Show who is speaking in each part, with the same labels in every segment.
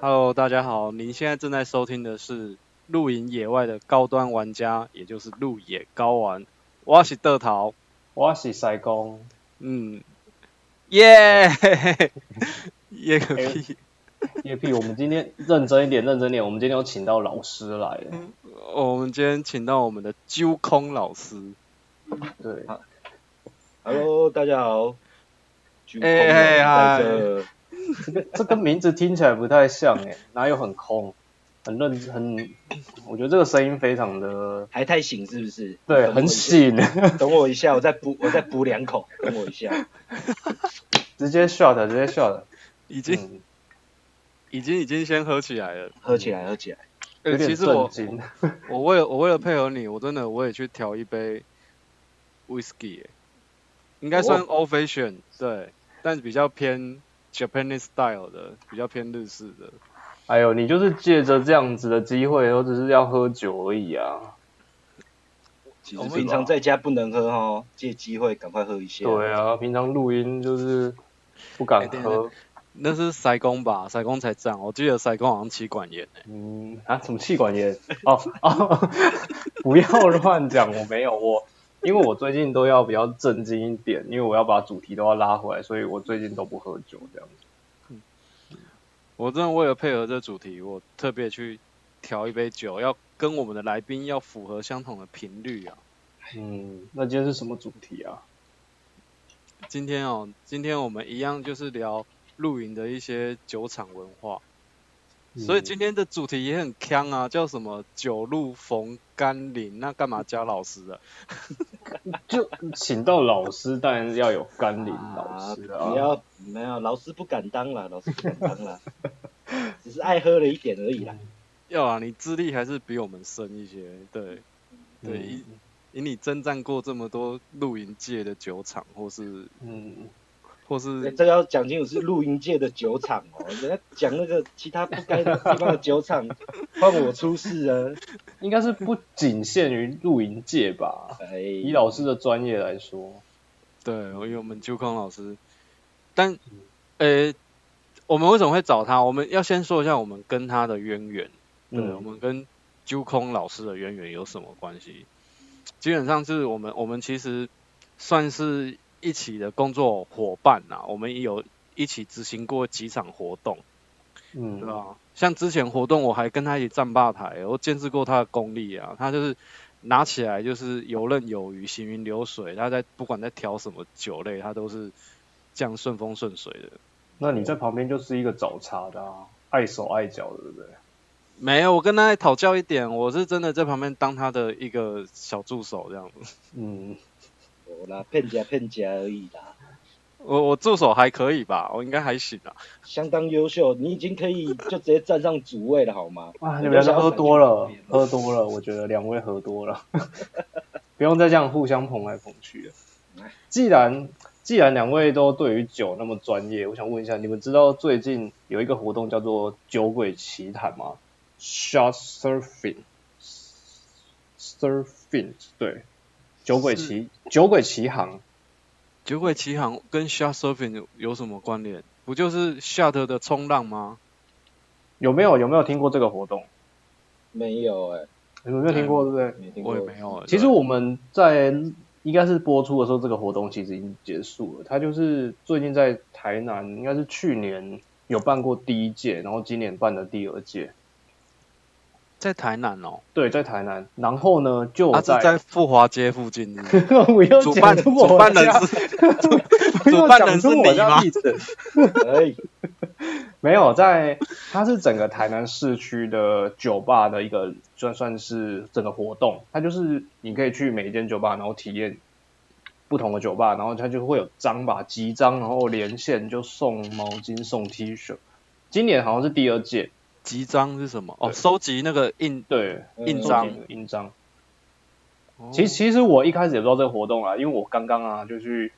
Speaker 1: Hello，大家好，您现在正在收听的是露营野外的高端玩家，也就是露野高玩。我是德桃，
Speaker 2: 我是西公，
Speaker 1: 嗯，耶、 耶个屁！
Speaker 2: 哎叶屁，我们今天认真一点，认真一点，我们今天有请到老师来了，
Speaker 1: 我们今天请到我们的揪空老师，
Speaker 2: 对，
Speaker 3: Hello，大家好。鞠
Speaker 1: 哎
Speaker 3: 躬
Speaker 1: 哎
Speaker 3: 啊在这
Speaker 2: 这个这个名字听起来不太像哎、哪有很空，很认很，我觉得这个声音非常的，
Speaker 3: 还太醒是不是？
Speaker 2: 对，
Speaker 3: 等我一
Speaker 2: 很
Speaker 3: 下。
Speaker 2: 醒，
Speaker 3: 等我一下，我再补，我再补两口。等我一下。
Speaker 2: 直接 shot，直接 shot，
Speaker 1: 已经、
Speaker 2: 嗯，
Speaker 1: 已经已经先喝起来了。
Speaker 3: 喝起来，喝起来。
Speaker 1: 呃
Speaker 2: 有点
Speaker 1: 其实我
Speaker 2: 震惊，
Speaker 1: 我为了我为了配合你，我真的我也去调一杯 whisky，、欸、应该算
Speaker 2: 哦
Speaker 1: old fashion，、对，但比较偏 Japanese style 的，比较偏日式的。
Speaker 2: 哎呦，你就是借着这样子的机会，我只是要喝酒而已啊，
Speaker 3: 其
Speaker 1: 我
Speaker 3: 实
Speaker 1: 们
Speaker 3: 平常在家不能喝哦，借机会赶快喝一下。
Speaker 2: 对啊，平常录音就是不敢
Speaker 1: 哎对
Speaker 2: 喝，
Speaker 1: 那是塞工吧？塞工才这样，我记得塞工好像妻管严欸诶、
Speaker 2: 嗯啊，什么气管炎？哦哦， 不要乱讲，我没有我，因为我最近都要比较正经一点，因为我要把主题都要拉回来，所以我最近都不喝酒这样子。
Speaker 1: 我真的为了配合这主题，我特别去调一杯酒，要跟我们的来宾要符合相同的频率啊。
Speaker 3: 哎
Speaker 2: 嗯，那今天是什么主题啊？
Speaker 1: 今天哦，今天我们一样就是聊露营的一些酒厂文化，
Speaker 2: 嗯
Speaker 1: 所以今天的主题也很坑啊，叫什么“酒路逢甘霖”，那干嘛加老师啊？
Speaker 2: 就请到老师，当然要有甘霖老
Speaker 3: 啊，
Speaker 2: 师
Speaker 3: 不
Speaker 2: 啊。
Speaker 3: 要，没有，老师不敢当啦，老师不敢当啦，只是爱喝了一点而
Speaker 2: 嗯
Speaker 3: 已啦。
Speaker 1: 要啊，你资历还是比我们深一些，对，对，以
Speaker 2: 嗯
Speaker 1: 以你征战过这么多露营界的酒厂，或是
Speaker 2: 嗯，
Speaker 1: 或是
Speaker 3: 哎这个要讲清楚，是露营界的酒厂哦，人家讲那个其他不该的地方的酒厂，换我出事啊！
Speaker 2: 应该是不仅限于露营界吧？
Speaker 3: 哎，
Speaker 2: 以老师的专业来说，
Speaker 1: 对，我有我们朱康老师，但，呃、我们为什么会找他？我们要先说一下我们跟他的渊源。对，我
Speaker 2: 嗯
Speaker 1: 们跟朱空老师的渊源有什么关系？基本上是我们我们其实算是一起的工作伙伴呐、我们也有一起执行过几场活动，
Speaker 2: 嗯，
Speaker 3: 啊
Speaker 1: 对吧？像之前活动我还跟他一起站吧台，我见识过他的功力啊，他就是。拿起来就是游刃有余，行云流水。他在不管在调什么酒类，他都是这样顺风顺水的。
Speaker 2: 那你在旁边就是一个找茬的啊，碍手碍脚的，对不对？
Speaker 1: 没有，我跟他讨教一点，我是真的在旁边当他的一个小助手这样子。
Speaker 2: 嗯。
Speaker 3: 我啦，骗家骗家而已啦。
Speaker 1: 我我助手还可以吧，我应该还行啊。
Speaker 3: 相当优秀，你已经可以就直接站上主位了，好吗？
Speaker 2: 啊，
Speaker 3: 我
Speaker 2: 你
Speaker 3: 都
Speaker 2: 们
Speaker 3: 想要
Speaker 2: 喝
Speaker 3: 闪
Speaker 2: 多
Speaker 3: 去
Speaker 2: 了
Speaker 3: 旁边，
Speaker 2: 喝多了，我觉得两位喝多了， 不用再这样互相捧来捧去了。既然既然两位都对于酒那么专业，我想问一下，你们知道最近有一个活动叫做“酒鬼奇谈”吗？Shot surfing surfing 对，酒鬼奇酒鬼奇航，
Speaker 1: 酒鬼奇航跟 s h a r surfing 有有什么关联？不就是 s h a r 的冲浪吗？
Speaker 2: 有没有有没有听过这个活动？
Speaker 3: 没有哎、
Speaker 2: 你们有没有听过，对不对？
Speaker 3: 没听过。
Speaker 1: 我也没有欸。
Speaker 2: 其实
Speaker 1: 对
Speaker 2: 我们在应该是播出的时候，这个活动其实已经结束了。它就是最近在台南，应该是去年有办过第一届，然后今年办的第二届。
Speaker 1: 在台南哦，
Speaker 2: 对，在台南。然后呢，就
Speaker 1: 他、
Speaker 2: 在
Speaker 1: 啊是在富华街附近是不是
Speaker 2: 不要
Speaker 1: 主办
Speaker 2: 讲出我
Speaker 1: 主办人
Speaker 2: 家
Speaker 1: 是
Speaker 2: 不要
Speaker 1: 主办
Speaker 2: 讲
Speaker 1: 人
Speaker 2: 出
Speaker 1: 是
Speaker 2: 我
Speaker 1: 你
Speaker 2: 家
Speaker 1: 吗
Speaker 2: 地址
Speaker 3: 哎，
Speaker 2: 没有，在它是整个台南市区的酒吧的一个算算是整个活动，它就是你可以去每一间酒吧，然后体验不同的酒吧，然后它就会有章吧，集章，然后连线就送毛巾、送 T 恤。今年好像是第二届，
Speaker 1: 集章是什么？哦，
Speaker 2: 对
Speaker 1: 收集那个印。
Speaker 2: 对，
Speaker 1: 印
Speaker 2: 收
Speaker 1: 章
Speaker 2: 集的印章。
Speaker 1: 哦
Speaker 2: 其实其实我一开始也不知道这个活动啊，因为我刚刚啊就去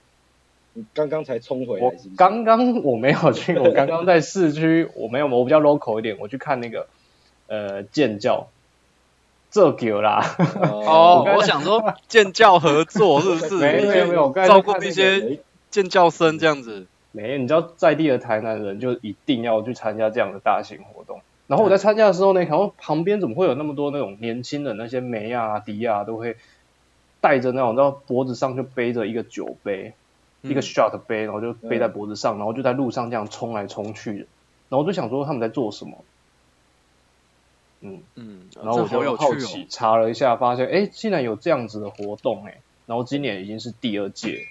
Speaker 3: 你刚刚才冲回来
Speaker 2: 我
Speaker 3: 是不是？
Speaker 2: 刚刚我没有 去，我刚刚在市区，我没有，我比较 local 一点，我去看那个呃建教，这个啦，
Speaker 1: 哦
Speaker 3: 哦，
Speaker 2: 刚才
Speaker 1: 我想说建教合作是不是？
Speaker 2: 没有没有没有，我刚才
Speaker 1: 照顾
Speaker 2: 在看那
Speaker 1: 一
Speaker 2: 个
Speaker 1: 些
Speaker 3: 哎
Speaker 1: 建教生这样子。
Speaker 2: 没，你知道在地的台南人就一定要去参加这样的大型活动。然后我在参加的时候呢，然后旁边怎么会有那么多那种年轻的那些梅啊、迪啊，都会带着那种，然后脖子上就背着一个酒杯，一个
Speaker 1: 嗯
Speaker 2: shot 杯，然后就背在脖子上，然后就在路上这样冲来冲去的。然后我就想说他们在做什么，嗯，
Speaker 1: 嗯，
Speaker 2: 然后
Speaker 1: 这
Speaker 2: 我
Speaker 1: 好
Speaker 2: 就
Speaker 1: 有
Speaker 2: 好
Speaker 1: 趣
Speaker 2: 奇
Speaker 1: 哦。
Speaker 2: 查了一下，发现哎，竟然有这样子的活动哎，然后今年已经是第二届了，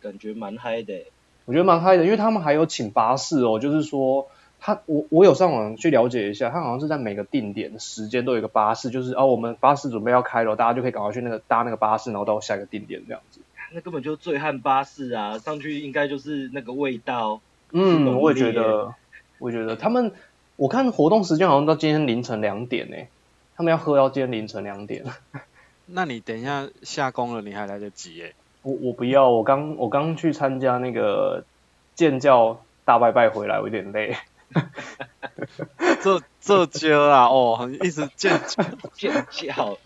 Speaker 3: 感觉蛮嗨的欸。
Speaker 2: 我觉得蛮嗨的，因为他们还有请巴士哦，就是说他我我有上网去了解一下，他好像是在每个定点的时间都有一个巴士，就是哦我们巴士准备要开了，大家就可以赶快去那个搭那个巴士，然后到下一个定点这样子。
Speaker 3: 那根本就醉汉巴士啊，上去应该就是那个味道。是
Speaker 2: 嗯，
Speaker 3: 懂
Speaker 2: 我也觉
Speaker 3: 力耶
Speaker 2: 得，我觉得他们我看活动时间好像到今天凌晨两点呢、欸他们要喝到今天凌晨两点。
Speaker 1: 那你等一下下工了，你还来得及耶。
Speaker 2: 我我不要，我刚我刚去参加那个建教大拜拜回来，我有点累。
Speaker 1: 这这街啊，哦，一直见
Speaker 3: 见笑。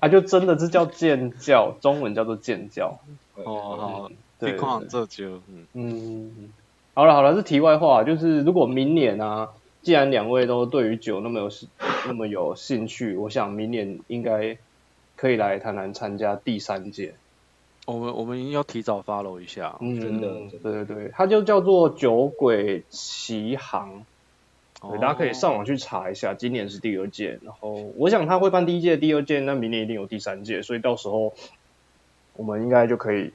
Speaker 2: 啊，就真的是叫建教，中文叫做建教。
Speaker 1: 哦，好，
Speaker 2: 嗯对
Speaker 1: 你看这街，嗯，
Speaker 2: 嗯，好了好了，是题外话，就是如果明年啊，既然两位都对于酒那么有那么有兴趣，我想明年应该可以来台南参加第三届。
Speaker 1: 我们我们要提早 follow 一下。
Speaker 2: 嗯，
Speaker 3: 真的真的
Speaker 2: 对对对，它就叫做酒鬼奇航，对，
Speaker 1: 哦
Speaker 2: 大家可以上网去查一下，今年是第二届，然后我想他会办第一届、第二届，那明年一定有第三届，所以到时候我们应该就可以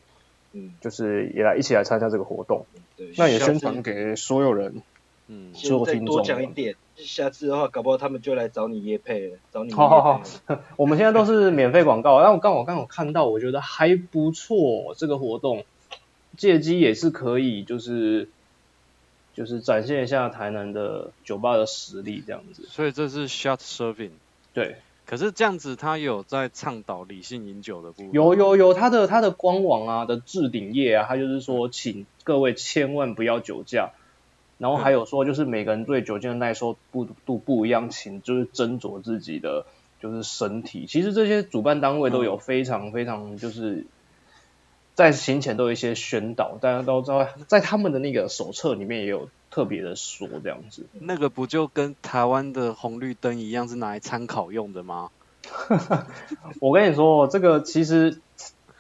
Speaker 3: 嗯，
Speaker 2: 就是也来一起来参加这个活动，
Speaker 3: 对。
Speaker 2: 那也
Speaker 3: 下次
Speaker 2: 宣传给所有人。
Speaker 1: 嗯，
Speaker 2: 所有
Speaker 3: 再
Speaker 2: 听
Speaker 3: 多
Speaker 2: 众
Speaker 3: 讲一
Speaker 2: 们
Speaker 3: 点，下次的话，搞不好他们就来找你叶配了，找你业配
Speaker 2: 好
Speaker 3: 了。
Speaker 2: 好好，我们现在都是免费广告，但我刚好刚好看到，我觉得还不错，这个活动借机也是可以，就是就是展现一下台南的酒吧的实力，这样子。
Speaker 1: 所以这是 shot serving。
Speaker 2: 对，
Speaker 1: 可是这样子，他有在倡导理性饮酒的部分。
Speaker 2: 有有有，它的它的官网啊的置顶页啊，它就是说，请各位千万不要酒驾。然后还有说，就是每个人对酒精的耐受度度不一样，请就是斟酌自己的就是身体。其实这些主办单位都有非常非常就是在行前都有一些宣导，大家都知道，在他们的那个手册里面也有特别的说这样子。
Speaker 1: 那个不就跟台湾的红绿灯一样，是拿来参考用的吗？
Speaker 2: 我跟你说，哦这个其实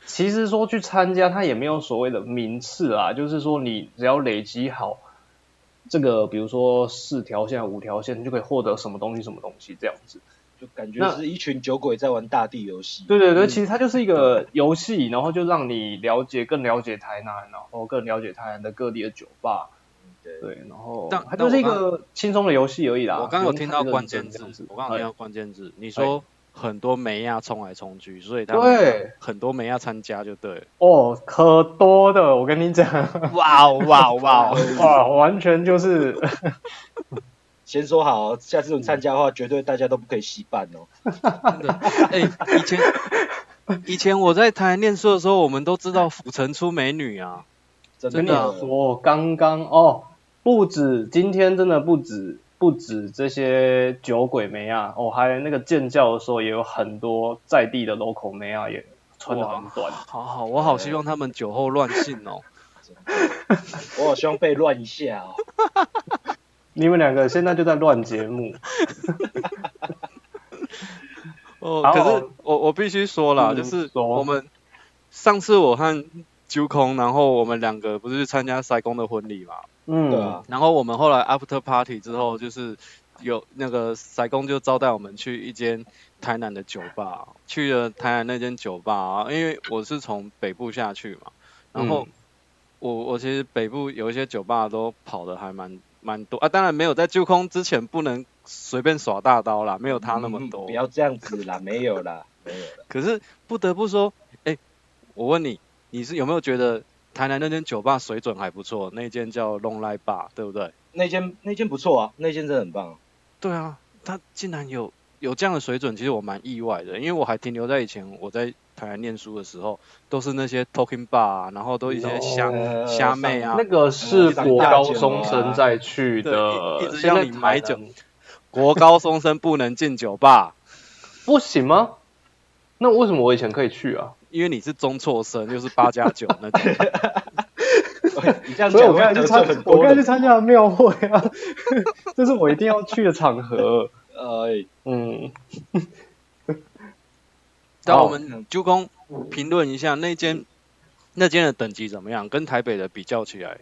Speaker 2: 其实说去参加，它也没有所谓的名次啊，就是说你只要累积好这个，比如说四条线、五条线，你就可以获得什么东西、什么东西这样子。
Speaker 3: 就感觉
Speaker 2: 那
Speaker 3: 是一群酒鬼在玩大地游戏。
Speaker 2: 对对对，其实它就是一个游戏，然后就让你了解、更了解台南，然后更了解台南的各地的酒吧。
Speaker 3: 对
Speaker 2: 对，然后
Speaker 1: 但
Speaker 2: 它就是一
Speaker 1: 但
Speaker 2: 个轻松的游戏而已啦。
Speaker 1: 我刚刚有听到关键
Speaker 2: 不用太认真这
Speaker 1: 字
Speaker 2: 样，子哎
Speaker 1: 我刚刚有听到关键字，你说很多梅亚冲来冲去，所以他
Speaker 2: 对
Speaker 1: 们很多梅亚参加就对了。
Speaker 2: 哦，可多的，我跟你讲，
Speaker 1: 哇哦哇哦哇哦！
Speaker 2: 哇，完全就是。
Speaker 3: 先说好，下次你参加的话，绝对大家都不可以洗版哦。
Speaker 1: 真的，哎、以 前以前我在台南念书的时候，我们都知道府城出美女啊，
Speaker 3: 真
Speaker 1: 真
Speaker 2: 跟你
Speaker 1: 的啊
Speaker 3: 的，
Speaker 2: 说，刚刚哦，不止今天真的不止不止这些酒鬼妹啊，哦，还那个建教的时候也有很多在地的 local 妹啊，也穿的很短。
Speaker 1: 好好，我好希望他们酒后乱性哦。
Speaker 3: 真的我好希望被乱一下哦。
Speaker 2: 你们两个现在就在乱节目，
Speaker 1: 哦，
Speaker 2: 好
Speaker 1: 可是我我必须说啦，
Speaker 2: 嗯
Speaker 1: 就是
Speaker 2: 说
Speaker 1: 我们上次我和揪空，然后我们两个不是去参加塞工的婚礼嘛，
Speaker 2: 嗯，
Speaker 3: 对啊，
Speaker 1: 然后我们后来 after party 之后，就是有那个塞工就招待我们去一间台南的酒吧，去了台南那间酒吧、啊，因为我是从北部下去嘛，然后
Speaker 2: 嗯
Speaker 1: 我我其实北部有一些酒吧都跑的还蛮蛮多啊，当然没有在揪空之前不能随便耍大刀啦，没有他那么
Speaker 3: 嗯
Speaker 1: 多。
Speaker 3: 不要这样子啦，没有啦，没有啦。
Speaker 1: 可是不得不说，哎、我问你，你是有没有觉得台南那间酒吧水准还不错？那间叫 Long Life Bar，对不对？
Speaker 3: 那间那间不错啊， 那间真的很棒。
Speaker 1: 对啊，它竟然有有这样的水准，其实我蛮意外的，因为我还停留在以前我在台南念书的时候，都是那些 Talking Bar，、啊、然后都一些虾
Speaker 3: 呃
Speaker 1: 虾妹啊
Speaker 2: 那，个是国高中生在去的，
Speaker 1: 对一一直
Speaker 2: 现
Speaker 1: 要
Speaker 2: 在
Speaker 1: 你买酒
Speaker 2: 台南
Speaker 1: 国高中生不能进酒吧，
Speaker 2: 不行吗？那为什么我以前可以去啊？
Speaker 1: 因为你是中辍生，又是八加九那种。
Speaker 3: 你这样
Speaker 2: 所以我
Speaker 3: 讲会
Speaker 2: 刚才去
Speaker 3: 得罪
Speaker 2: 参
Speaker 3: 很，
Speaker 2: 我
Speaker 3: 多
Speaker 2: 刚才去
Speaker 3: 人。
Speaker 2: 参加了庙会啊， 这是我一定要去的场合。
Speaker 3: 哎，
Speaker 2: 嗯，
Speaker 1: 但
Speaker 2: 哦
Speaker 1: 我们就公评论一下那间那间的等级怎么样，跟台北的比较起来，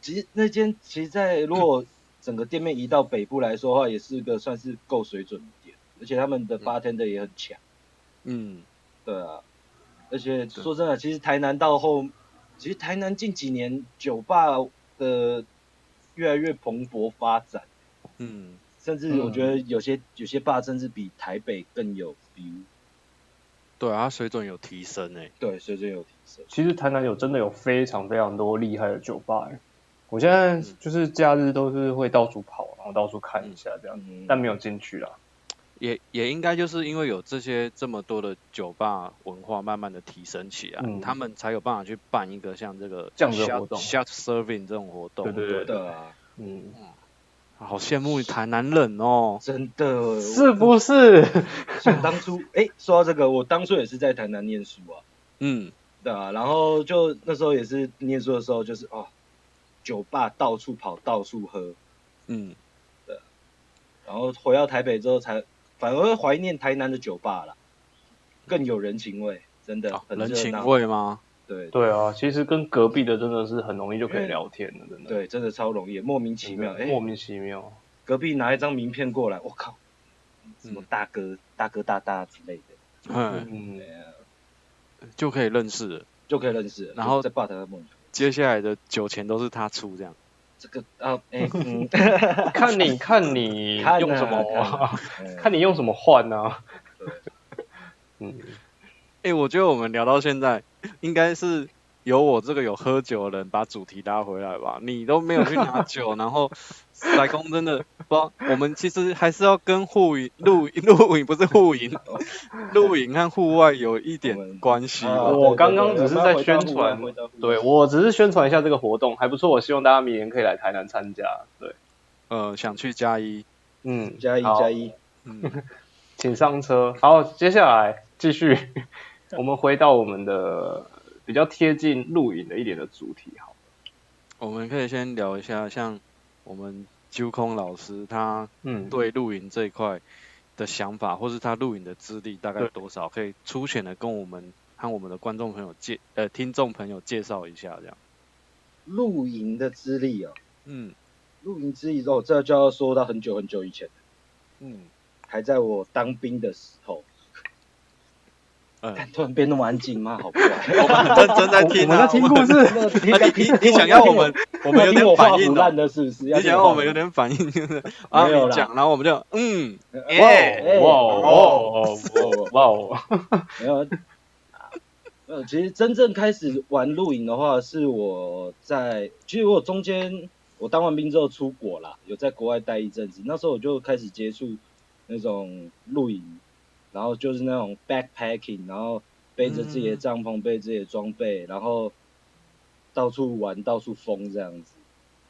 Speaker 3: 其实那间其实，在如果整个店面移到北部来说的话，也是个算是够水准的店，而且他们的 bartender 也很强，
Speaker 1: 嗯，
Speaker 3: 对啊。而且说真的，其实台南到后，其实台南近几年酒吧的越来越蓬勃发展，
Speaker 1: 嗯，
Speaker 3: 甚至我觉得有些、有些吧甚至比台北更有 feel，
Speaker 1: 对啊，它水准有提升欸诶、
Speaker 3: 对，水准有提升。
Speaker 2: 其实台南有真的有非常非常多厉害的酒吧、欸，我现在
Speaker 3: 嗯
Speaker 2: 就是假日都是会到处跑，然后到处看一下这样，
Speaker 3: 嗯，
Speaker 2: 但没有进去啦。
Speaker 1: 也也应该就是因为有这些这么多的酒吧文化慢慢的提升起来，
Speaker 2: 嗯
Speaker 1: 他们才有办法去办一个像这个
Speaker 2: 这样子的
Speaker 1: shut-
Speaker 2: 活动
Speaker 1: shut serving 这种活动，
Speaker 2: 对对对
Speaker 3: 对啊，
Speaker 2: 嗯，
Speaker 1: 好羡慕台南人哦，
Speaker 3: 真的
Speaker 2: 是不是？
Speaker 3: 嗯想当初，哎、说到这个，我当初也是在台南念书啊，
Speaker 1: 嗯，
Speaker 3: 对啊，然后就那时候也是念书的时候，就是哦，酒吧到处跑，到处喝，
Speaker 1: 嗯，
Speaker 3: 然后回到台北之后才反而会怀念台南的酒吧啦，更有人情味，真的、
Speaker 1: 哦
Speaker 3: 很
Speaker 1: 人
Speaker 3: 热
Speaker 1: 情
Speaker 3: 闹，
Speaker 1: 味吗？
Speaker 3: 对
Speaker 2: 对啊，其实跟隔壁的真的是很容易就可以聊天了，真的。
Speaker 3: 对，真的超容易，莫名
Speaker 2: 真
Speaker 3: 其
Speaker 2: 的，
Speaker 3: 妙，哎、
Speaker 2: 莫名其妙。
Speaker 3: 隔壁拿一张名片过来，我靠，什么大哥、大哥大大之类的，
Speaker 1: 嗯，
Speaker 2: 嗯，
Speaker 1: 就可以认识了。
Speaker 3: 就可以认识了，
Speaker 1: 然后
Speaker 3: 就在吧台上梦。
Speaker 1: 接下来的酒钱都是他出，这样
Speaker 3: 这个啊，哎、嗯，
Speaker 2: 看 你看你
Speaker 3: 看啊
Speaker 2: 用什么啊，
Speaker 3: 看
Speaker 2: 看你用什么换啊
Speaker 3: 对。
Speaker 2: 嗯，
Speaker 1: 哎、我觉得我们聊到现在，应该是由我这个有喝酒的人把主题拉回来吧。你都没有去 拿酒，然后来公真的不知道，我们其实还是要跟户营、露营、露营不是户营，露营和户外有一
Speaker 3: 我们
Speaker 1: 点关系
Speaker 3: 啊
Speaker 1: 吧。
Speaker 2: 我
Speaker 3: 对对
Speaker 2: 刚刚
Speaker 3: 对
Speaker 2: 只是
Speaker 3: 我们要
Speaker 2: 在
Speaker 3: 回到
Speaker 2: 宣
Speaker 3: 户外
Speaker 2: 传
Speaker 3: 回到户外
Speaker 2: 对我只是宣传一下这个活动还不错，我希望大家明年可以来台南参加。对，
Speaker 1: 呃，想去加一，
Speaker 2: 嗯，
Speaker 3: 加一
Speaker 2: 好
Speaker 3: 加，一，
Speaker 1: 嗯，
Speaker 2: 请上车。好，接下来继续，我们回到我们的比较贴近露营的一点的主题，好。
Speaker 1: 我们可以先聊一下，像我们揪空老师他
Speaker 2: 嗯，
Speaker 1: 对露营这一块的想法，或是他露营的资历大概
Speaker 2: 对
Speaker 1: 多少，可以粗浅的跟我们和我们的观众朋友介呃听众朋友介绍一下，这样。
Speaker 3: 露营的资历哦，
Speaker 1: 嗯
Speaker 3: 露营资历哦，这就要说到很久很久以前，
Speaker 1: 嗯
Speaker 3: 还在我当兵的时候。
Speaker 1: 嗯，
Speaker 3: 看突然变那么安静吗？好怪。
Speaker 1: 我们很认真在听
Speaker 2: 我们在
Speaker 1: 啊，
Speaker 2: 听故事。
Speaker 1: 我们啊你你你想要我们我们有
Speaker 3: 听
Speaker 1: 点
Speaker 3: 我话
Speaker 1: 反应
Speaker 3: 腐
Speaker 1: 哦
Speaker 3: 烂，的是不是？
Speaker 1: 你想
Speaker 3: 听
Speaker 1: 要
Speaker 3: 话
Speaker 1: 我们有点反应就是啊
Speaker 3: 没有
Speaker 1: 你
Speaker 3: 啦
Speaker 1: 讲，然后我们就嗯
Speaker 3: 呃
Speaker 2: 哇
Speaker 1: 哎
Speaker 2: 哦哇哦哇哦哇哦！
Speaker 3: 没有。呃，其实真正开始玩露营的话，是我在，其实我中间我当完兵之后出国啦，有在国外待一阵子，那时候我就开始接触那种露营，然后就是那种 backpacking，然后背着自己
Speaker 2: 嗯
Speaker 3: 的帐篷，背着自己的装备，然后到处玩，到处疯这样子，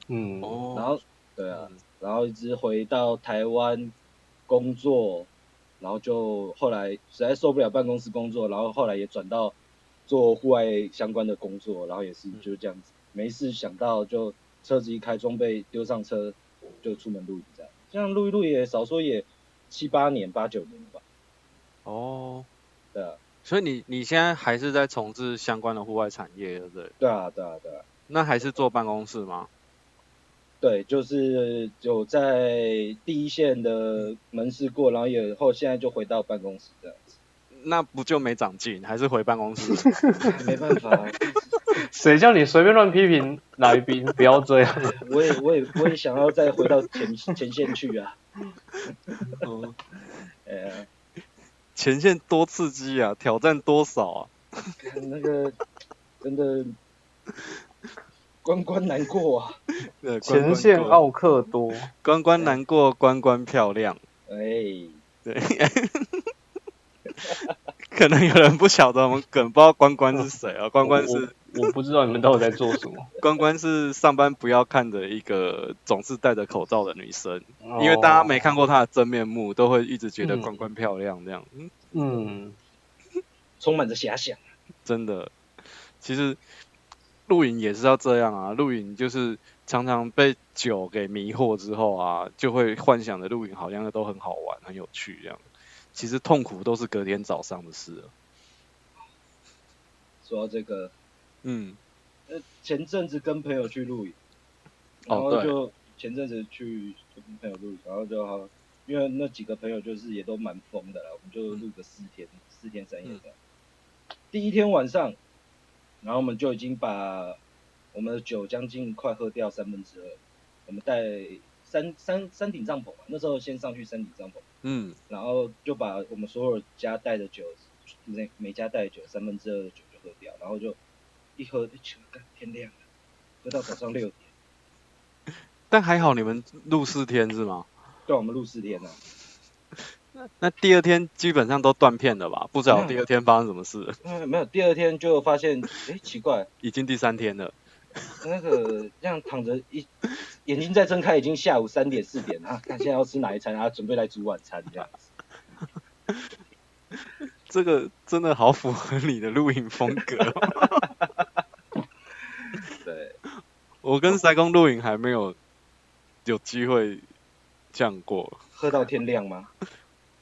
Speaker 2: 嗯，
Speaker 3: 然
Speaker 1: 哦，
Speaker 3: 后对啊，然后一直回到台湾工作，然后就后来实在受不了办公室工作，然后后来也转到做户外相关的工作，然后也是就这样子，没事想到就车子一开，装备丢上车就出门露营这样，这样露一露也少说也七八年八九年了吧，
Speaker 1: 哦，
Speaker 3: 对啊，
Speaker 1: 所以你你现在还是在从事相关的户外产业，对不对？
Speaker 3: 对啊，对啊，对啊，
Speaker 1: 那还是坐办公室吗？
Speaker 3: 对，就是有在第一线的门市过，然后也后现在就回到办公室这样子，
Speaker 1: 那不就没长进，还是回办公室？
Speaker 3: 没办法啊。
Speaker 2: 谁叫你随便乱批评来宾？不要这样。
Speaker 3: 我也我也我也想要再回到前前线去啊，
Speaker 2: 哦
Speaker 1: 嗯
Speaker 3: 呃、
Speaker 1: 前线多刺激啊，挑战多少啊？
Speaker 3: 那个真的关关难过啊，
Speaker 1: 对，关
Speaker 2: 前
Speaker 1: 呃关
Speaker 2: 线哦
Speaker 1: 过
Speaker 2: 奥克多，
Speaker 1: 关关难过，关关漂亮。
Speaker 3: 哎、
Speaker 1: 可能有人不晓得我们梗，不知道关关是谁啊？关关是
Speaker 2: 哦我我我不知道你们到底在做什么，
Speaker 1: 关关是上班不要看的一个总是戴着口罩的女生，因为大家没看过她的真面目，都会一直觉得
Speaker 2: 哦嗯
Speaker 1: 关关漂亮这样。嗯，
Speaker 2: 嗯，
Speaker 3: 充满着遐想，
Speaker 1: 真的，其实露营也是要这样啊，露营就是常常被酒给迷惑之后啊，就会幻想的露营好像都很好玩、很有趣这样。其实痛苦都是隔天早上的事了。
Speaker 3: 说到这个，
Speaker 1: 嗯，
Speaker 3: 呃，前阵子跟朋友去露营，然
Speaker 1: 哦
Speaker 3: 后
Speaker 1: 对，
Speaker 3: 就前阵子去跟朋友露营，然后就好，因为那几个朋友就是也都蛮疯的啦，我们就露个四天，
Speaker 1: 嗯
Speaker 3: 四天三夜这样。第一天晚上，然后我们就已经把我们的酒将近快喝掉三分之二，我们带三三三顶帐篷嘛，那时候先上去三顶帐篷，
Speaker 1: 嗯
Speaker 3: 然后就把我们所有家带的酒，每每家带的酒三分之二的酒就喝掉，然后就一喝一酒，干天亮了，喝到早上六点。
Speaker 1: 但还好你们录四天是吗？
Speaker 3: 对，啊我们录四天了、
Speaker 1: 那第二天基本上都断片了吧？不知道第二天发生什么事了，
Speaker 3: 嗯，没有，第二天就发现，哎，奇怪，
Speaker 1: 已经第三天了。
Speaker 3: 那个这样躺着一眼睛再睁开，已经下午三点四点了啊，看现在要吃哪一餐啊，准备来煮晚餐这样子。
Speaker 1: 这个真的好符合你的露营风格哦、
Speaker 3: 对，
Speaker 1: 我跟塞工露营还没有有机会这样过，
Speaker 3: 喝到天亮吗？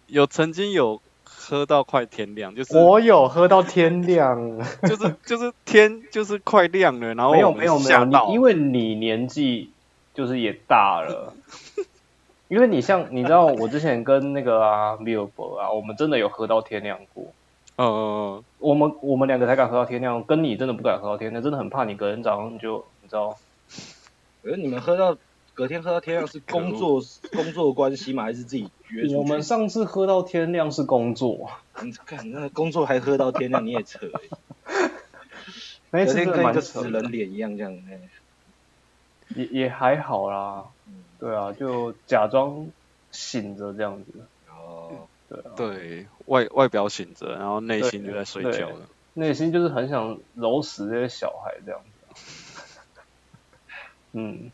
Speaker 1: 有曾经有喝到快天亮，就是
Speaker 2: 我有喝到天亮，
Speaker 1: 就是就是天就是快亮了，然后
Speaker 2: 没有
Speaker 1: 我
Speaker 2: 没有
Speaker 1: 们
Speaker 2: 没有，
Speaker 1: 吓
Speaker 2: 你
Speaker 1: 到，
Speaker 2: 因为你年纪就是也大 了，因为你像你知道我之前跟那个啊 m i l b 啊，我们真的有喝到天亮过，
Speaker 1: 呃呃
Speaker 2: 我们我们两个才敢喝到天亮，跟你真的不敢喝到天亮，真的很怕你隔天早上就你知道，
Speaker 3: 可是你们喝到隔天喝到天亮是工作工作关系吗？还是自己约出去？
Speaker 2: 我们上次喝到天亮是工作，
Speaker 3: 你看那工作还喝到天亮，你也扯、欸，
Speaker 2: 那一
Speaker 3: 隔
Speaker 2: 次真
Speaker 3: 天
Speaker 2: 的
Speaker 3: 跟一
Speaker 2: 哎蛮
Speaker 3: 个
Speaker 2: 扯
Speaker 3: 死
Speaker 2: 的，
Speaker 3: 人脸一样这样。哎
Speaker 2: 也也还好啦，
Speaker 3: 嗯，
Speaker 2: 对啊，就假装醒着这样子，
Speaker 3: 然后
Speaker 2: 对啊，
Speaker 1: 哦对外外表醒着，然后内
Speaker 2: 对
Speaker 1: 心就在睡
Speaker 2: 对
Speaker 1: 觉了。
Speaker 2: 内心就是很想揉死这些小孩这样子、啊。 嗯，